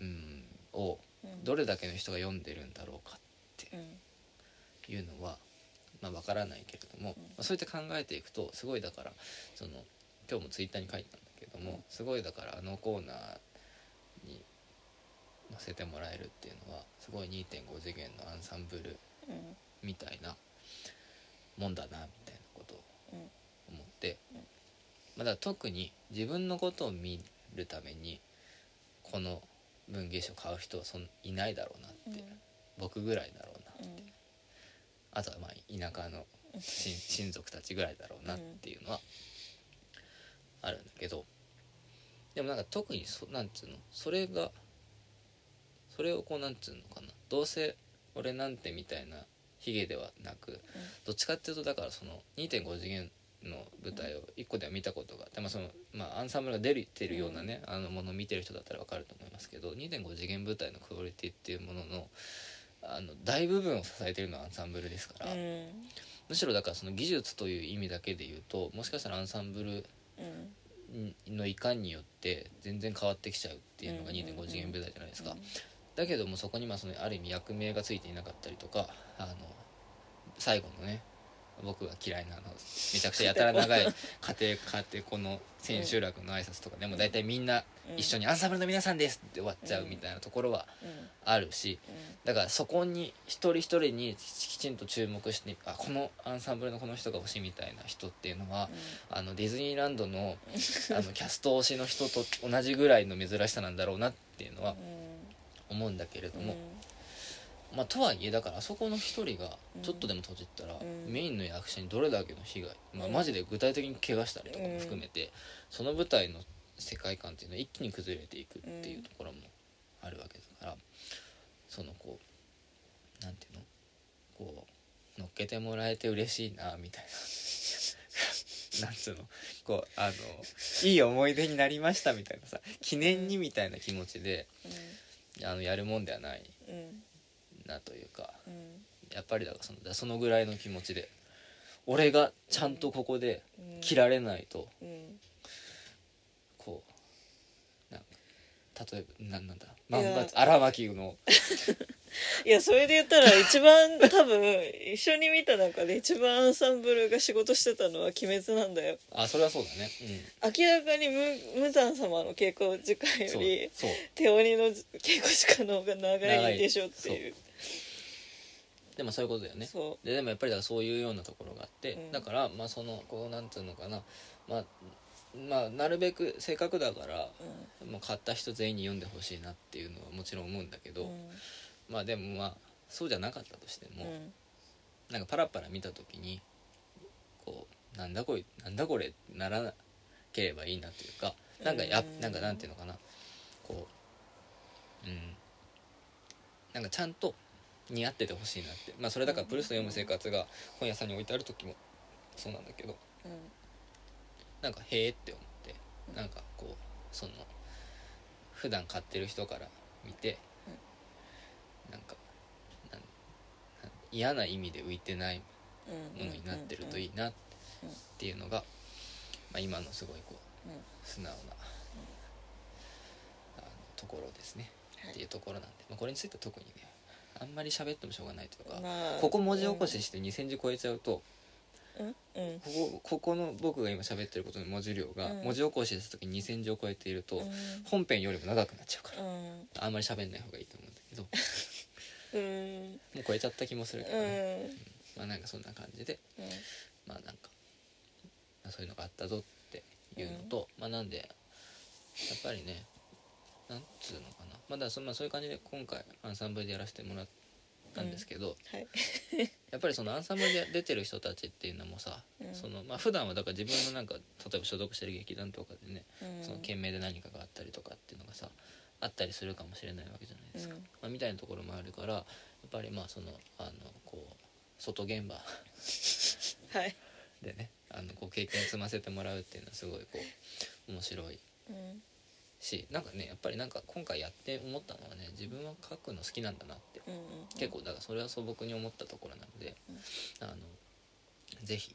[SPEAKER 2] うんをど
[SPEAKER 3] れ
[SPEAKER 2] れだけの人が読んでるんだろうかっていうのは、まあ、分からないけれども、
[SPEAKER 3] うん
[SPEAKER 2] まあそうやって考えていくとすごいだからその今日もツイッターに書いたんだけども、
[SPEAKER 3] うん
[SPEAKER 2] すごいだからあのコーナーに載せてもらえるっていうのはすごい2.5次元のアンサンブルみたいなもんだなみたいなことを思って、
[SPEAKER 3] うん
[SPEAKER 2] まあだから特に自分のことを見るためにこの文芸誌を買う人はそんいないだろうなって、僕ぐらいだろうなあとはまあ田舎の親親族たちぐらいだろうなっていうのはあるんだけどでもなんか特にそなんつうのそれがそれをこうなんつうのかなどうせ俺なんてみたいなヒゲではなく、どっちかっていうとだからその2.5次元の舞台を1個では見たことがあって、まあそのまあ、アンサンブルが出るてるようなね、あのものを見てる人だったら分かると思いますけど2.5次元舞台のクオリティっていうもののあの大部分を支えてるのはアンサンブルですから、
[SPEAKER 3] うん
[SPEAKER 2] むしろだからその技術という意味だけで言うともしかしたらアンサンブル
[SPEAKER 3] うん
[SPEAKER 2] のいかんによって全然変わってきちゃうっていうのが
[SPEAKER 3] うんうんうん
[SPEAKER 2] 2.5次元舞台じゃないですか、だけどもそこにまあそのある意味役名がついていなかったりとかあの最後のね僕が嫌いなあのめちゃくちゃやたら長い家庭家庭この千秋楽の挨拶とかでも大体みんな一緒に
[SPEAKER 3] に
[SPEAKER 2] 「アンサンブルの皆さんです!」って終わっちゃうみたいなところは
[SPEAKER 3] うんうん
[SPEAKER 2] あるしだからそこに一人一人にきちんと注目してあこのアンサンブルのこの人が欲しいみたいな人っていうのはあのディズニーランドのあのキャスト推しの人と同じぐらいの珍しさなんだろうなっていうのは思うんだけれど
[SPEAKER 3] うん
[SPEAKER 2] も、まあ、とはいえだからあそこの一人がちょっとでも閉じたら、
[SPEAKER 3] うん
[SPEAKER 2] メインの役者にどれだけの被害、まあ、
[SPEAKER 3] うん
[SPEAKER 2] マジで具体的に怪我したりとかも含めて、その舞台の世界観っていうのは一気に崩れていくっていうところもあるわけだから、そのこうなんていうのこう乗っけてもらえて嬉しいな みたいななんつうのこうあのいい思い出になりましたみたいなさ記念にみたいな気持ちであのやるもんではない
[SPEAKER 3] うんうん
[SPEAKER 2] なというか。
[SPEAKER 3] うん
[SPEAKER 2] やっぱりだからそのだからそのぐらいの気持ちで俺がちゃんとここで
[SPEAKER 3] うん
[SPEAKER 2] 切られないと
[SPEAKER 3] うん
[SPEAKER 2] こうなんか例えばなんなんだ
[SPEAKER 3] や
[SPEAKER 2] 漫画荒牧の
[SPEAKER 3] いやそれで言ったら一番多分一緒に見た中で一番アンサンブルが仕事してたのは「鬼滅」なんだよ
[SPEAKER 2] あそれはそうだね
[SPEAKER 3] 明らかに無無惨様の稽古時間
[SPEAKER 2] うん
[SPEAKER 3] よ
[SPEAKER 2] そう
[SPEAKER 3] り
[SPEAKER 2] そう
[SPEAKER 3] 手鬼の稽古時間の方が長いでしょっていう
[SPEAKER 2] でもそういうことだよね
[SPEAKER 3] そ
[SPEAKER 2] ででもやっぱりだからそういうようなところがあって、
[SPEAKER 3] うん
[SPEAKER 2] だからまあそのこうなんていうのかなまあまあなるべくせっかくだから
[SPEAKER 3] ううん
[SPEAKER 2] もう買った人全員に読んでほしいなっていうのはもちろん思うんだけど、
[SPEAKER 3] うん
[SPEAKER 2] まあでもまあそうじゃなかったとしても、
[SPEAKER 3] うん
[SPEAKER 2] なんかパラパラ見た時にこうなんだこいなんだこれってならなければいいなというかなんかや
[SPEAKER 3] うん
[SPEAKER 2] なんかなんていうのかなこううんなんかちゃんと似合っててほしいなってまあそれだから「プルースの読む生活」が本屋さんに置いてある時もそうなんだけど
[SPEAKER 3] うん
[SPEAKER 2] なんか「へえ」って思ってなんかこうその普段買ってる人から見てなんかなんなん嫌な意味で浮いてないものになってるといいなっ
[SPEAKER 3] うんうん
[SPEAKER 2] ていうのが、まあ、今のすごいこう、
[SPEAKER 3] うん
[SPEAKER 2] 素直な、あのところですね、
[SPEAKER 3] はい
[SPEAKER 2] っていうところなんで、まあ、これについては特にねあんまり喋ってもしょうがないというか、
[SPEAKER 3] まあ
[SPEAKER 2] ここ文字起こしして2,000字超えちゃうと
[SPEAKER 3] うんうん
[SPEAKER 2] ここここの僕が今喋ってることの文字量が
[SPEAKER 3] うん
[SPEAKER 2] 文字起こしした時に2,000字を超えていると、
[SPEAKER 3] うん
[SPEAKER 2] 本編よりも長くなっちゃうから
[SPEAKER 3] うん
[SPEAKER 2] あんまり喋んない方がいいと思うんだけど
[SPEAKER 3] うん
[SPEAKER 2] もう超えちゃった気もするけど
[SPEAKER 3] う
[SPEAKER 2] ね、
[SPEAKER 3] ん
[SPEAKER 2] まあなんかそんな感じで
[SPEAKER 3] うん
[SPEAKER 2] まあなんか、まあそういうのがあったぞっていうのと、まあなんでやっぱりねなんつうのかなまあだからそ,、まあ、そういう感じで今回アンサンブルでやらせてもらったんですけど、
[SPEAKER 3] はい
[SPEAKER 2] やっぱりそのアンサンブルで出てる人たちっていうのもさ、
[SPEAKER 3] うん
[SPEAKER 2] そのまあ普段はだから自分のなんか例えば所属してる劇団とかでね、
[SPEAKER 3] うん
[SPEAKER 2] その懸命で何かがあったりとかっていうのがさあったりするかもしれないわけじゃないですか。
[SPEAKER 3] うん
[SPEAKER 2] まあ、みたいなところもあるからやっぱりまあそのあのこう外現場
[SPEAKER 3] はい
[SPEAKER 2] でねあのこう経験積ませてもらうっていうのはすごいこう面白い
[SPEAKER 3] うん
[SPEAKER 2] しなんかねやっぱりなんか今回やって思ったのはね自分は書くの好きなんだなって
[SPEAKER 3] うんうん
[SPEAKER 2] 結構だからそれは素朴に思ったところなので
[SPEAKER 3] う
[SPEAKER 2] あ
[SPEAKER 3] ん
[SPEAKER 2] のぜひ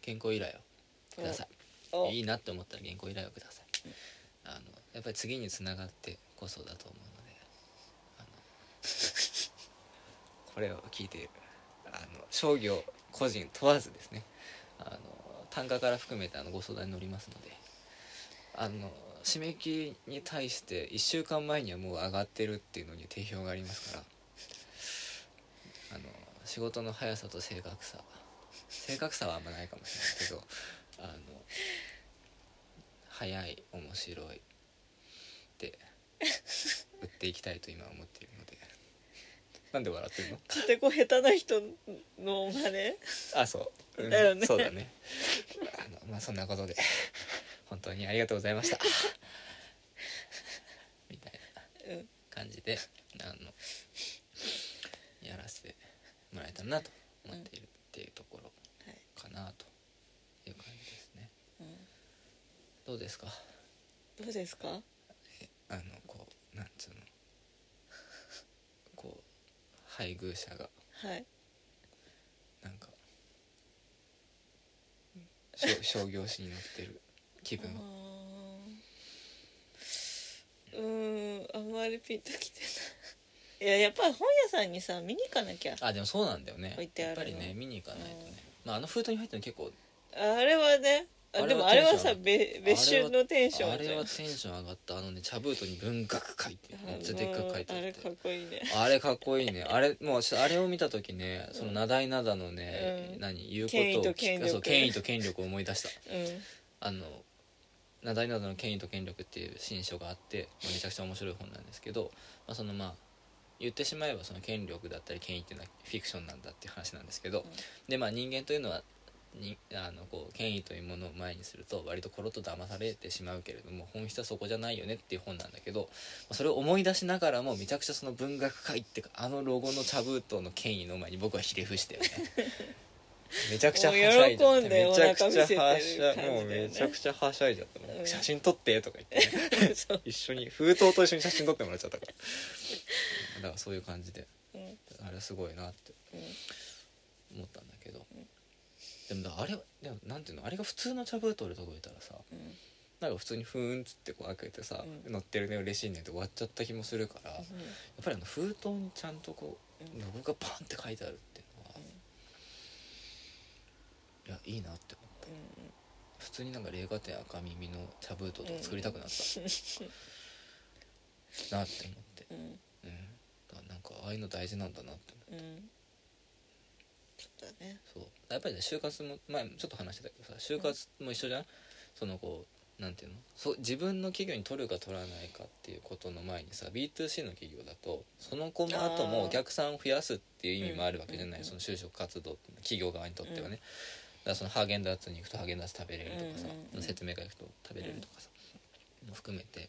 [SPEAKER 2] 健康依頼をくださ
[SPEAKER 3] お
[SPEAKER 2] いいいなって思ったら健康依頼をくださいあのやっぱり次につながってこそだと思うのであの これを聞いているあの商業個人問わずですねあの単価から含めてあのご相談に乗りますのであの締め切りに対して1週間前にはもう上がってるっていうのに定評がありますからあの仕事の速さと正確さ正確さはあんまないかもしれないけどあの早い面白いで売っていきたいと今思っているのでなんで笑ってるの
[SPEAKER 3] カテコ下手な人の真似
[SPEAKER 2] あそう、うん
[SPEAKER 3] だよね
[SPEAKER 2] そうだねあのまあそんなことで本当にありがとうございましたみたいな
[SPEAKER 3] うん
[SPEAKER 2] 感じであのやらせてもらえたらなと思っているっていうところ
[SPEAKER 3] はい
[SPEAKER 2] かなという感じですね
[SPEAKER 3] うん
[SPEAKER 2] どうですか
[SPEAKER 3] どうですか
[SPEAKER 2] あのこうなんつうのこう配偶者が
[SPEAKER 3] はい
[SPEAKER 2] なんかしょ商業誌に載ってる気分は
[SPEAKER 3] あーうーんあんまりピンときてないいややっぱり本屋さんにさ見に行かなきゃ
[SPEAKER 2] あでもそうなんだよね
[SPEAKER 3] 置いてあ
[SPEAKER 2] やっ
[SPEAKER 3] るの
[SPEAKER 2] ぱりね見に行かないとね、まあ、あの封筒に入ってるの結構
[SPEAKER 3] あれはね
[SPEAKER 2] あ
[SPEAKER 3] あで
[SPEAKER 2] れは
[SPEAKER 3] もあれは
[SPEAKER 2] テンショ
[SPEAKER 3] さ
[SPEAKER 2] ン
[SPEAKER 3] べ別種のテンショ
[SPEAKER 2] あ
[SPEAKER 3] ンじ
[SPEAKER 2] れ
[SPEAKER 3] ゃん
[SPEAKER 2] はテンション上がったあのね茶封筒に文学書いてめっちゃでっかく書いて
[SPEAKER 3] あ
[SPEAKER 2] あ
[SPEAKER 3] のーあれ
[SPEAKER 2] っ
[SPEAKER 3] か
[SPEAKER 2] て
[SPEAKER 3] っこいいね
[SPEAKER 2] あれかっこいいねあれもうちょっとあれを見た時ねその灘井灘のね、
[SPEAKER 3] うん
[SPEAKER 2] 何言うこ
[SPEAKER 3] 権威
[SPEAKER 2] と
[SPEAKER 3] と
[SPEAKER 2] を聞
[SPEAKER 3] 権
[SPEAKER 2] く
[SPEAKER 3] 力
[SPEAKER 2] そう権威と権力を思い出した
[SPEAKER 3] う
[SPEAKER 2] あの「なだいなどの権威と権力」っていう新書があってまあめちゃくちゃ面白い本なんですけど、まあ、そのまあ言ってしまえばその権力だったり権威っていうのはフィクションなんだっていう話なんですけど、
[SPEAKER 3] ん
[SPEAKER 2] でまあ人間というのはにあのこう権威というものを前にすると割とコロッと騙されてしまうけれども本質はそこじゃないよねっていう本なんだけどまあそれを思い出しながらもめちゃくちゃその文学界っていうかあのロゴの茶封筒の権威の前に僕はひれ伏してよねめちゃくちゃはしゃいじゃって
[SPEAKER 3] もう喜んで
[SPEAKER 2] めちゃくちゃは
[SPEAKER 3] お腹
[SPEAKER 2] し
[SPEAKER 3] 見せ
[SPEAKER 2] て
[SPEAKER 3] る感
[SPEAKER 2] ゃ、
[SPEAKER 3] じだよね
[SPEAKER 2] もうめちゃくちゃはしゃいじゃった、もう
[SPEAKER 3] うん
[SPEAKER 2] 写真撮ってとか言ってね、
[SPEAKER 3] んそう
[SPEAKER 2] 一緒に封筒と一緒に写真撮ってもらっちゃったから だからそういう感じで
[SPEAKER 3] うんうん
[SPEAKER 2] あれはすごいなって思ったんだけど、でもだあれはでもなんていうのあれが普通の茶封筒で届いたらさ
[SPEAKER 3] うん
[SPEAKER 2] なんか普通にふーんっつってこう開けてさ、
[SPEAKER 3] うん
[SPEAKER 2] 乗ってるね嬉しいねって終わっちゃった気もするから、やっぱりあの封筒にちゃんとこ
[SPEAKER 3] うん
[SPEAKER 2] うロゴがパンって書いてあるっていうのは、
[SPEAKER 3] うん
[SPEAKER 2] いやいいなって思った普通になんか霊華店赤耳の茶封筒とか作りたくなった、なって思って、
[SPEAKER 3] うんう
[SPEAKER 2] う
[SPEAKER 3] ん
[SPEAKER 2] ん、だからなんかああいうの大事なんだなって思
[SPEAKER 3] うんそうだね
[SPEAKER 2] そうやっぱりね就活も前もちょっと話してたけどさ就活も一緒じゃん、そのこうなんていうのそう自分の企業に取るか取らないかっていうことの前にさ B2C の企業だとその子の後も
[SPEAKER 3] あー
[SPEAKER 2] お客さんを増やすっていう意味もあるわけじゃない、
[SPEAKER 3] うん
[SPEAKER 2] その就職活動って企業側にとってはね、だからそのハーゲンダッツに行くとハーゲンダッツ食べれるとかさ、
[SPEAKER 3] うんうん
[SPEAKER 2] 説明会行くと食べれるとかさ、も含めてや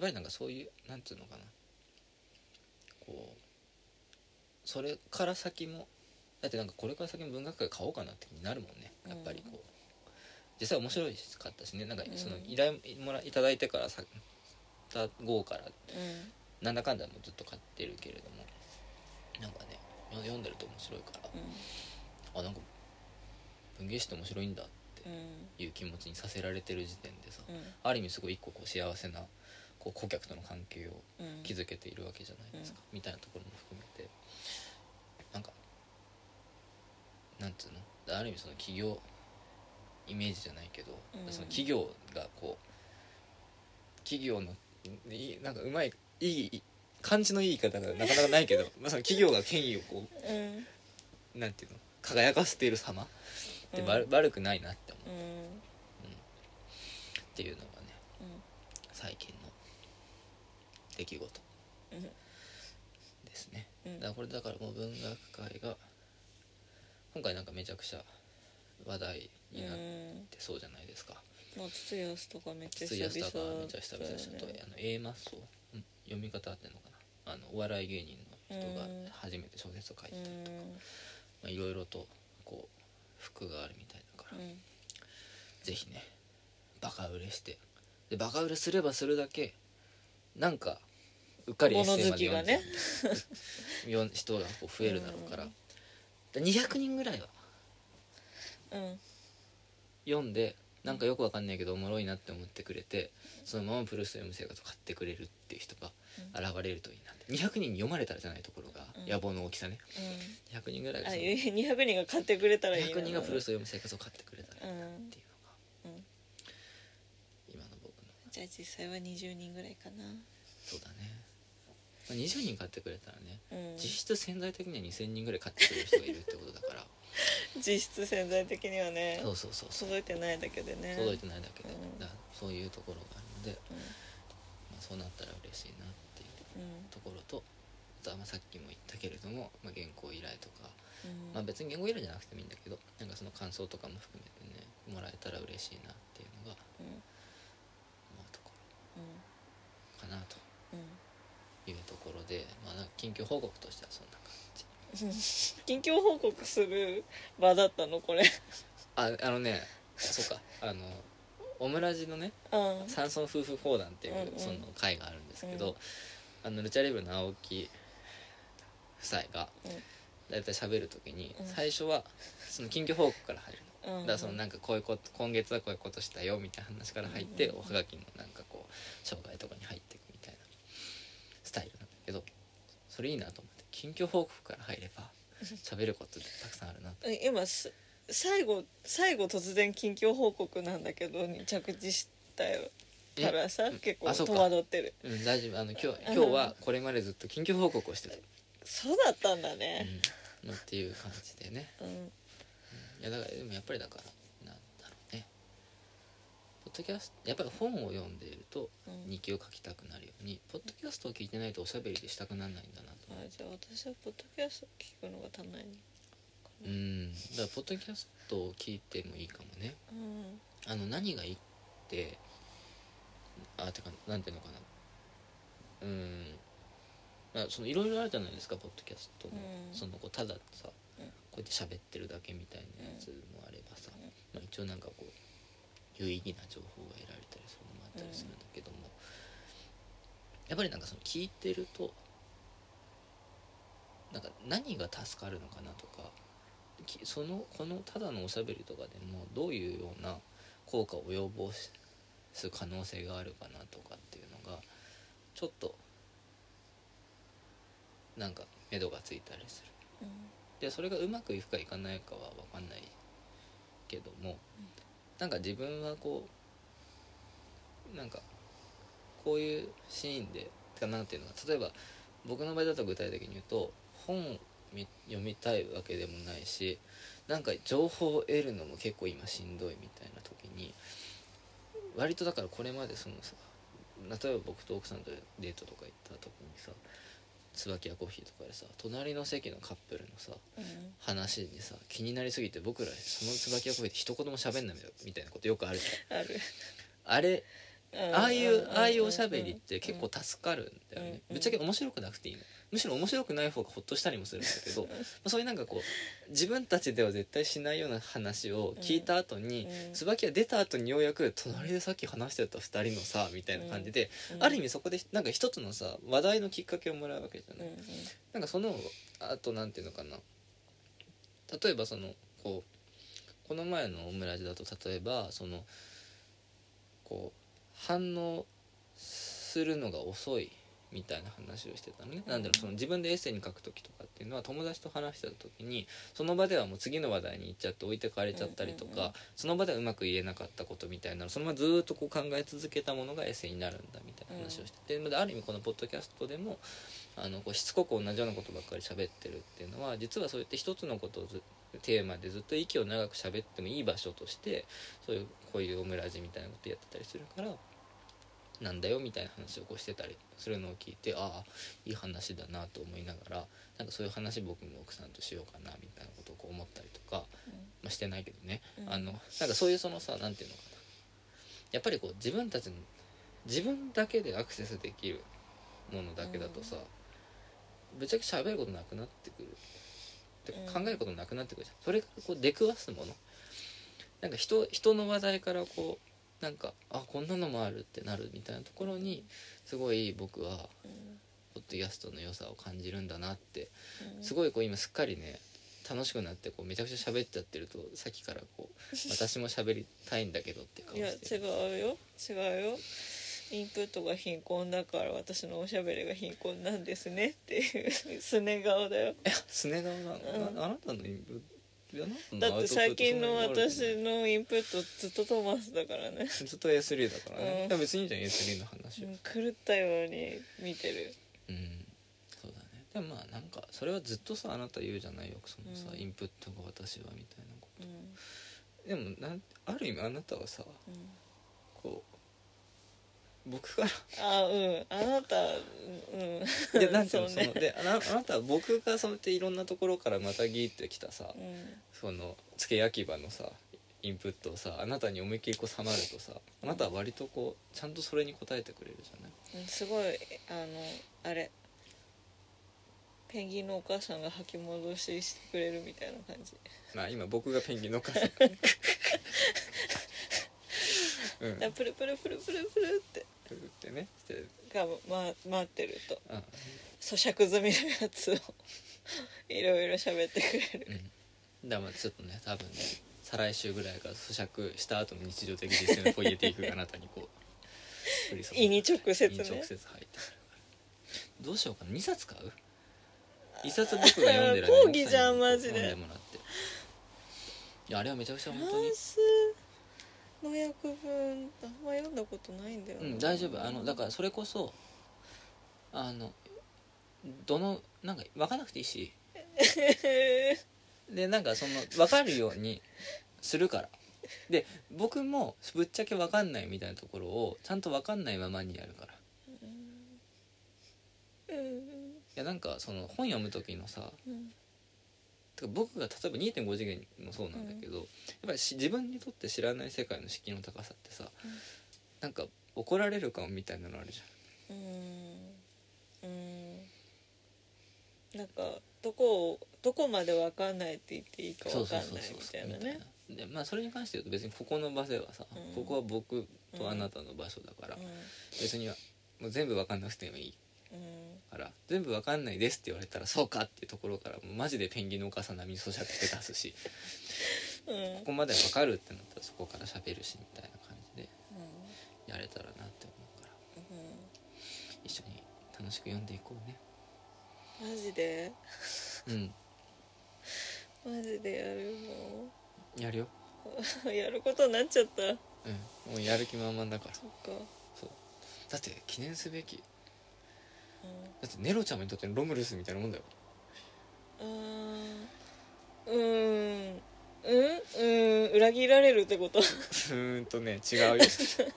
[SPEAKER 2] っぱりなんかそういうなんていうのかなこうそれから先もだってなんかこれから先も文学界買おうかなって気になるもんねやっぱりこう、実際面白いしかったしねなんか
[SPEAKER 3] うん
[SPEAKER 2] その依頼もらいただいてからさた号から
[SPEAKER 3] うん
[SPEAKER 2] なんだかんだもうずっと買ってるけれどもなんかねよ読んでると面白いから
[SPEAKER 3] う
[SPEAKER 2] あなんか文芸誌って面白いんだって
[SPEAKER 3] ん
[SPEAKER 2] いう気持ちにさせられてる時点でさ、
[SPEAKER 3] うん
[SPEAKER 2] ある意味すごい一個こう幸せなこう顧客との関係を
[SPEAKER 3] うん
[SPEAKER 2] 築けているわけじゃないですか、みたいなところも含めてなんかなんつうのある意味その企業イメージじゃないけど、
[SPEAKER 3] うん
[SPEAKER 2] その企業がこう企業のいいなんかうまいいい感じのいい言い方がなかなか ないけどまあその企業が権威をこ
[SPEAKER 3] うん
[SPEAKER 2] うなんていうの輝かせている様って悪,、悪くないなって思う
[SPEAKER 3] うんうん
[SPEAKER 2] っていうのがね最近の出来事
[SPEAKER 3] うん
[SPEAKER 2] ですね。
[SPEAKER 3] うん
[SPEAKER 2] だからこれだからもう文学界が今回なんかめちゃくちゃ話題になって
[SPEAKER 3] うん
[SPEAKER 2] そうじゃないですか
[SPEAKER 3] もう筒井康とかめっちゃ
[SPEAKER 2] 筒井康
[SPEAKER 3] 久
[SPEAKER 2] 隆
[SPEAKER 3] 々
[SPEAKER 2] がめちゃ久々でしたと、
[SPEAKER 3] だよね
[SPEAKER 2] あの A マッソ、うん読み方合ってんのかなあのお笑い芸人の人が
[SPEAKER 3] うん
[SPEAKER 2] 初めて小説を書いて
[SPEAKER 3] う
[SPEAKER 2] たりとか
[SPEAKER 3] ん
[SPEAKER 2] まあいろいろとこう服があるみたいだから、
[SPEAKER 3] うん
[SPEAKER 2] ぜひねバカ売れしてでバカ売れすればするだけなんかうっかりエッセイまで読んじゃう 読
[SPEAKER 3] 物
[SPEAKER 2] ん人がこう増えるだろうから、
[SPEAKER 3] う
[SPEAKER 2] で200人ぐらいは
[SPEAKER 3] うん
[SPEAKER 2] 読んでなんかよくわかんないけどおもろいなって思ってくれてそのままプルーストを読む生活を買ってくれるっていう人が現れるといいなって200人に読まれたらじゃないところが
[SPEAKER 3] うん
[SPEAKER 2] 野望の大きさね
[SPEAKER 3] う
[SPEAKER 2] 100人ぐらい
[SPEAKER 3] ん
[SPEAKER 2] が
[SPEAKER 3] あ
[SPEAKER 2] その
[SPEAKER 3] 200人が買ってくれたらいいな
[SPEAKER 2] 200人がプルーストを読む生活を買ってくれたらいいなっていうのが
[SPEAKER 3] うんうん
[SPEAKER 2] 今の僕の
[SPEAKER 3] じゃあ実際は20人ぐらいかな
[SPEAKER 2] そうだねまあ20人買ってくれたらね
[SPEAKER 3] うん
[SPEAKER 2] 実質潜在的には2000人ぐらい買ってくれる人がいるってことだから
[SPEAKER 3] 実質潜在的にはね
[SPEAKER 2] そうそうそうそう
[SPEAKER 3] 届いてないだけでね
[SPEAKER 2] 届いてないだけで
[SPEAKER 3] うん
[SPEAKER 2] だからそういうところがあるので、まあ、そうなったら嬉しいなっていう
[SPEAKER 3] うん
[SPEAKER 2] ところとあとはまあさっきも言ったけれども、まあ、原稿依頼とか、
[SPEAKER 3] うん
[SPEAKER 2] まあ、別に原稿依頼じゃなくてもいいんだけどなんかその感想とかも含めてねもらえたら嬉しいなっていうのがなと
[SPEAKER 3] うん
[SPEAKER 2] いうところで、まあ、なんか緊急報告としてはそんな感じ
[SPEAKER 3] 近況報告する場だったのこれ
[SPEAKER 2] ああのねそうかあのオムラジのね
[SPEAKER 3] うん
[SPEAKER 2] 山村夫婦講談っていう
[SPEAKER 3] うんうん
[SPEAKER 2] その会があるんですけ
[SPEAKER 3] うん
[SPEAKER 2] ど、あのルチャリブロの青木夫妻が
[SPEAKER 3] うん
[SPEAKER 2] だいたい喋る時に
[SPEAKER 3] うん
[SPEAKER 2] 最初はその近況報告から入るの。
[SPEAKER 3] う
[SPEAKER 2] だ
[SPEAKER 3] ん
[SPEAKER 2] からそのなんかこういうこと今月はこういうことしたよみたいな話から入って
[SPEAKER 3] うんうん
[SPEAKER 2] おはがきのなんかこう障害とかに入っていくみたいなスタイルなんだけどそれいいなと思って近況報告から入れば喋ることってたくさんあるなと
[SPEAKER 3] え今す最後最後突然近況報告なんだけどに着地したよからさ
[SPEAKER 2] うん
[SPEAKER 3] 結構
[SPEAKER 2] あそう
[SPEAKER 3] 戸
[SPEAKER 2] か
[SPEAKER 3] 惑ってる
[SPEAKER 2] うん、大丈夫あの今日
[SPEAKER 3] うん
[SPEAKER 2] 今日はこれまでずっと緊急報告をしてた、
[SPEAKER 3] そうだったんだね、
[SPEAKER 2] うん、のっていう感じでね
[SPEAKER 3] うん、
[SPEAKER 2] いやだからでもやっぱりだからなんだろうねポッドキャストやっぱり本を読んでいると
[SPEAKER 3] うん
[SPEAKER 2] 日記を書きたくなるようにポッドキャストを聞いてないとおしゃべりでしたくならないんだなと
[SPEAKER 3] あじゃあ私はポッドキャスト聞くのがたまに
[SPEAKER 2] うんだからポッドキャストを聞いてもいいかもね
[SPEAKER 3] うん
[SPEAKER 2] あの何がいいってあてかなんていうのかなうんまあそのいろいろあるじゃないですかポッドキャストの、
[SPEAKER 3] うん
[SPEAKER 2] そのこうたださ、
[SPEAKER 3] うん
[SPEAKER 2] こうやって喋ってるだけみたいなやつもあればさ、
[SPEAKER 3] うん
[SPEAKER 2] まあ、一応なんかこう有意義な情報が得られたりするのもあったりするんだけども、やっぱりなんかその聞いてるとなんか何が助かるのかなとかきそのこのただのおしゃべりとかでもどういうような効果を要望しする可能性があるかなとかっていうのがちょっとなんか目処がついたりする
[SPEAKER 3] うん
[SPEAKER 2] でそれがうまくいくかいかないかは分かんないけども、なんか自分はこうなんかこういうシーンでてかなんていうのか例えば僕の場合だと具体的に言うと本をみ読みたいわけでもないしなんか情報を得るのも結構今しんどいみたいな時に割とだからこれまでそのさ例えば僕と奥さんとデートとか行った時にさ椿やコーヒーとかでさ隣の席のカップルのさ
[SPEAKER 3] うん
[SPEAKER 2] 話にさ気になりすぎて僕らその椿やコーヒーで一言も喋んないみたいなことよくあるじ
[SPEAKER 3] ある
[SPEAKER 2] ゃんあれああい
[SPEAKER 3] んん
[SPEAKER 2] うん
[SPEAKER 3] ん
[SPEAKER 2] ああいうおしゃべりって結構助かるんだよ
[SPEAKER 3] うんう
[SPEAKER 2] ね
[SPEAKER 3] ん
[SPEAKER 2] ぶっちゃけ面白くなくていいのむしろ面白くない方がほっとしたりもするんだけどまあそういうなんかこう自分たちでは絶対しないような話を聞いた後に
[SPEAKER 3] うん
[SPEAKER 2] 椿が出た後にようやく隣でさっき話してた2人のさみたいな感じで
[SPEAKER 3] うん
[SPEAKER 2] ある意味そこでなんか一つのさ話題のきっかけをもらうわけじゃ
[SPEAKER 3] う
[SPEAKER 2] なんい
[SPEAKER 3] うん
[SPEAKER 2] なんかそのあとなんていうのかな例えばそのこうこの前のオムラジだと例えばそのこう反応するのが遅いみたいな話をしてたのね、なんだろうその自分でエッセイに書く時とかっていうのは友達と話してた時にその場ではもう次の話題に行っちゃって置いてかれちゃったりとか、
[SPEAKER 3] うんうんうん
[SPEAKER 2] その場ではうまく言えなかったことみたいなのそのままずーっとこう考え続けたものがエッセイになるんだみたいな話をしてて、である意味このポッドキャストでもあのこうしつこく同じようなことばっかり喋ってるっていうのは実はそうやって一つのことをずテーマでずっと息を長く喋ってもいい場所としてそういうこういうオムラジみたいなことやってたりするからなんだよみたいな話をこうしてたりするのを聞いてああいい話だなと思いながらなんかそういう話僕も奥さんとしようかなみたいなことをこう思ったりとか、まあ、してないけどね、
[SPEAKER 3] うん
[SPEAKER 2] あのなんかそういうそのさなんていうのかなやっぱりこう自分たちの自分だけでアクセスできるものだけだとさ、ぶっちゃけ喋ることなくなってくるてか
[SPEAKER 3] うん
[SPEAKER 2] 考えることなくなってくるじゃんそれからこう出くわすものなんか人人の話題からこうなんかあこんなのもあるってなるみたいなところにすごい僕は
[SPEAKER 3] う
[SPEAKER 2] ポ
[SPEAKER 3] ん
[SPEAKER 2] ッドキャストの良さを感じるんだなって
[SPEAKER 3] うん
[SPEAKER 2] すごいこう今すっかりね楽しくなってこうめちゃくちゃ喋っちゃってるとさっきからこ う私も喋りたいんだけどって顔
[SPEAKER 3] いや
[SPEAKER 2] して
[SPEAKER 3] 違
[SPEAKER 2] る
[SPEAKER 3] うよ違うよインプットが貧困だから私のおしゃべりが貧困なんですねっていうすね顔だよ
[SPEAKER 2] すね顔なの、
[SPEAKER 3] うん
[SPEAKER 2] なあなたのインプいやあなたの
[SPEAKER 3] だっ
[SPEAKER 2] アウ
[SPEAKER 3] て
[SPEAKER 2] トプット
[SPEAKER 3] 最近の
[SPEAKER 2] そんなに悪くない
[SPEAKER 3] 私のインプットずっとトマスだからね
[SPEAKER 2] ずっと S3 だからね
[SPEAKER 3] う、ん
[SPEAKER 2] いや別にいいじゃん S3 の話は
[SPEAKER 3] 狂ったように見てる
[SPEAKER 2] うんそうだねでもまあなんかそれはずっとさあなた言うじゃないよそのさ、
[SPEAKER 3] うん
[SPEAKER 2] インプットが私はみたいなこ
[SPEAKER 3] うん
[SPEAKER 2] とでもなんある意味あなたはさ
[SPEAKER 3] うん
[SPEAKER 2] こう僕から
[SPEAKER 3] あうんあなたうん
[SPEAKER 2] でなんていうの
[SPEAKER 3] そ
[SPEAKER 2] そう
[SPEAKER 3] ね
[SPEAKER 2] のであなあなたは僕がそうやっていろんなところからまたぎってきたさ、
[SPEAKER 3] うん
[SPEAKER 2] その付け焼き場のさインプットをさあなたに思いっきりこう迫るとさあなたは割とこうちゃんとそれに応えてくれるじゃない
[SPEAKER 3] うんすごいあのあれペンギンのお母さんが吐き戻ししてくれるみたいな感じ
[SPEAKER 2] まあ今僕がペンギンの傘 うん
[SPEAKER 3] だからプルプルプルプルプルって
[SPEAKER 2] ってねして
[SPEAKER 3] が、ま、待ってると
[SPEAKER 2] うん
[SPEAKER 3] 咀嚼済みのやつを いろいろ喋ってくれる
[SPEAKER 2] だからまあちょっとね多分ね再来週ぐらいから咀嚼した後の日常的実践のポイエティックがあなたにこう降り注ぐ
[SPEAKER 3] 胃に直接ね
[SPEAKER 2] 胃に直接入ってくるどうしようかな2冊買う一冊僕が読んでる間に
[SPEAKER 3] 講義じゃんマジで
[SPEAKER 2] 読んでもらっていやあれはめちゃくちゃ
[SPEAKER 3] フ
[SPEAKER 2] 本
[SPEAKER 3] ラ
[SPEAKER 2] 当に
[SPEAKER 3] ンスの訳文あんま読んだことないんだよ
[SPEAKER 2] う
[SPEAKER 3] な、
[SPEAKER 2] ん、大丈夫あのだからそれこそあのどのなんか分かんなくていいしでなんかその分かるようにするからで僕もぶっちゃけ分かんないみたいなところをちゃんと分かんないままにやるからい
[SPEAKER 3] うん
[SPEAKER 2] やなんかその本読む時のさ
[SPEAKER 3] うん
[SPEAKER 2] てか僕が例えば2.5次元もそうなんだけど、やっぱりし自分にとって知らない世界の敷居の高さってさ、
[SPEAKER 3] うん
[SPEAKER 2] なんか怒られるかもみたいなのあるじ
[SPEAKER 3] うんうんなんかどこをどこまでわかんないって言っていい
[SPEAKER 2] ゃ
[SPEAKER 3] か
[SPEAKER 2] ん
[SPEAKER 3] わかんないみたいな
[SPEAKER 2] みたい
[SPEAKER 3] ね
[SPEAKER 2] なでまあそれに関して言うと別にここの場ではさ、
[SPEAKER 3] うん
[SPEAKER 2] ここは僕とあなたの場所だから、別にはもう全部分かんなくてもいい
[SPEAKER 3] うんうん
[SPEAKER 2] から全部わかんないですって言われたらそうかっていうところからもうマジでペンギンのお母さん並みに咀嚼して出すし
[SPEAKER 3] うん
[SPEAKER 2] ここまでわかるってなったらそこから喋るしみたいな感じでやれたらなって思うから
[SPEAKER 3] う
[SPEAKER 2] 一緒に楽しく読んでいこうね
[SPEAKER 3] んマジで
[SPEAKER 2] う
[SPEAKER 3] マジでやる
[SPEAKER 2] ん
[SPEAKER 3] も
[SPEAKER 2] やるよ
[SPEAKER 3] う やることになっちゃった
[SPEAKER 2] うんもうやる気満々だから
[SPEAKER 3] そっか、
[SPEAKER 2] そうだって記念すべきだ
[SPEAKER 3] う
[SPEAKER 2] っ
[SPEAKER 3] ん
[SPEAKER 2] てネロちゃんにとってのロムルスみたいなもんだよ
[SPEAKER 3] あーうーんうんうん裏切られるって こと、
[SPEAKER 2] ふーんとね違うよ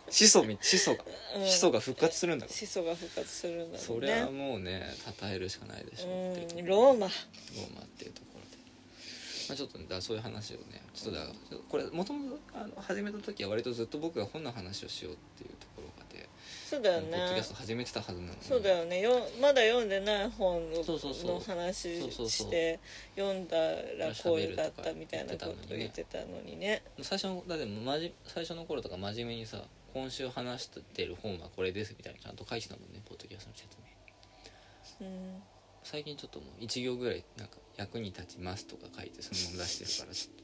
[SPEAKER 2] 始祖み始祖が
[SPEAKER 3] うん、
[SPEAKER 2] 始祖が復活するんだから
[SPEAKER 3] 始祖が復活するんだろ
[SPEAKER 2] そうりゃ
[SPEAKER 3] ね
[SPEAKER 2] もうね称えるしかないでしょっていうところで
[SPEAKER 3] うんローマ
[SPEAKER 2] ローマっていうところで、まあ、ちょっとねだからそういう話をねちょっとだからちょっとこれもともとあの始めた時は割とずっと僕が本の話をしようっていうところがで、
[SPEAKER 3] そうだよ
[SPEAKER 2] ポッドキャ
[SPEAKER 3] ね
[SPEAKER 2] スト始めてたはずなのに
[SPEAKER 3] そうだよねよまだ読んでない本を
[SPEAKER 2] そうそうそう
[SPEAKER 3] の話
[SPEAKER 2] そうそうそう
[SPEAKER 3] して読んだらこういうだったみたいなこと言ってたのにね
[SPEAKER 2] 最初のだってまじ最初の頃とか真面目にさ今週話してる本はこれですみたいなのちゃんと書いてたもんねポッドキャストの説明
[SPEAKER 3] うん
[SPEAKER 2] 最近ちょっともう1行ぐらいなんか「役に立ちます」とか書いてそのまま出してるからちょっ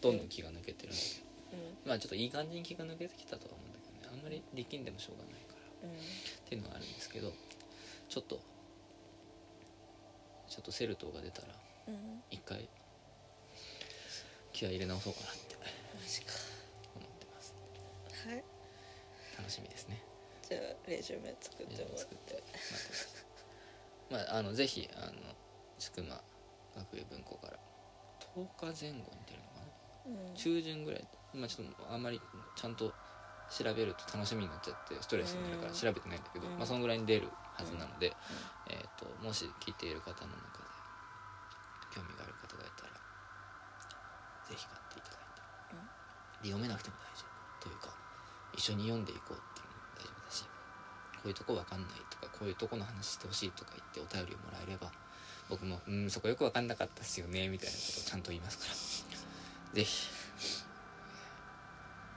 [SPEAKER 2] とどんどん気が抜けてるんだけどまあちょっといい感じに気が抜けてきたとは思うんだけどねあんまり力んでもしょうがないから。
[SPEAKER 3] うん
[SPEAKER 2] っていうのがあるんですけどちょっとちょっとセルトーが出たら
[SPEAKER 3] うんうん
[SPEAKER 2] 一回気合い入れ直そうかなって
[SPEAKER 3] マジか
[SPEAKER 2] 思ってます
[SPEAKER 3] はい
[SPEAKER 2] 楽しみですね
[SPEAKER 3] じゃあレジュメ作ってもらっ
[SPEAKER 2] 作っててまああのぜひあの千曲学芸文庫から10日前後に出るのかな
[SPEAKER 3] うん
[SPEAKER 2] 中旬ぐらいまあちょっとあんまりちゃんと調べると楽しみになっちゃってストレスになるから
[SPEAKER 3] うん
[SPEAKER 2] 調べてないんだけど、
[SPEAKER 3] うん
[SPEAKER 2] まあそのぐらいに出るはずなので、えー、ともし聞いている方の中で興味がある方がいたらぜひ買っていただいて、
[SPEAKER 3] うん
[SPEAKER 2] で読めなくても大丈夫というか一緒に読んでいこうっていうのも大丈夫だしこういうとこわかんないとかこういうとこの話してほしいとか言ってお便りをもらえれば僕も「うんそこよくわかんなかったっすよね」みたいなことをちゃんと言います からぜひ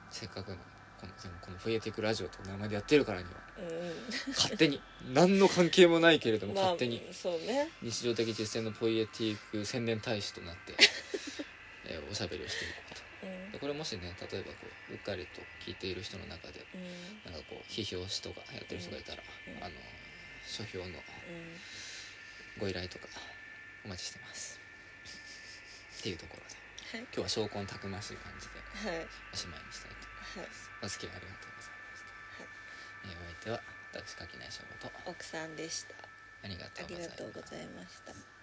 [SPEAKER 2] せっかくのこのでもこの「フォエティックラジオ」という名前でやってるからには
[SPEAKER 3] う
[SPEAKER 2] 勝手に何の関係もないけれども
[SPEAKER 3] んまあ
[SPEAKER 2] 勝手に
[SPEAKER 3] そうね
[SPEAKER 2] 日常的実践のポイエティック宣伝大使とな って、えーおしゃべりをしていこ
[SPEAKER 3] うん
[SPEAKER 2] うとでこれもしね例えばこううっかりと聞いている人の中で
[SPEAKER 3] うん
[SPEAKER 2] なんかこう批評しとかやってる人がいたら、
[SPEAKER 3] うんうん
[SPEAKER 2] あの書評の
[SPEAKER 3] うん
[SPEAKER 2] ご依頼とかお待ちしてますっていうところで
[SPEAKER 3] はい
[SPEAKER 2] 今日は証拠のたくましい感じで
[SPEAKER 3] はいはい
[SPEAKER 2] おしまいにしたいとお付き合いありがとうございました、えーお相手は私垣内翔吾と
[SPEAKER 3] 奥さんでした
[SPEAKER 2] ありがと
[SPEAKER 3] あ
[SPEAKER 2] うご
[SPEAKER 3] り
[SPEAKER 2] ざい
[SPEAKER 3] が
[SPEAKER 2] ます
[SPEAKER 3] とうございました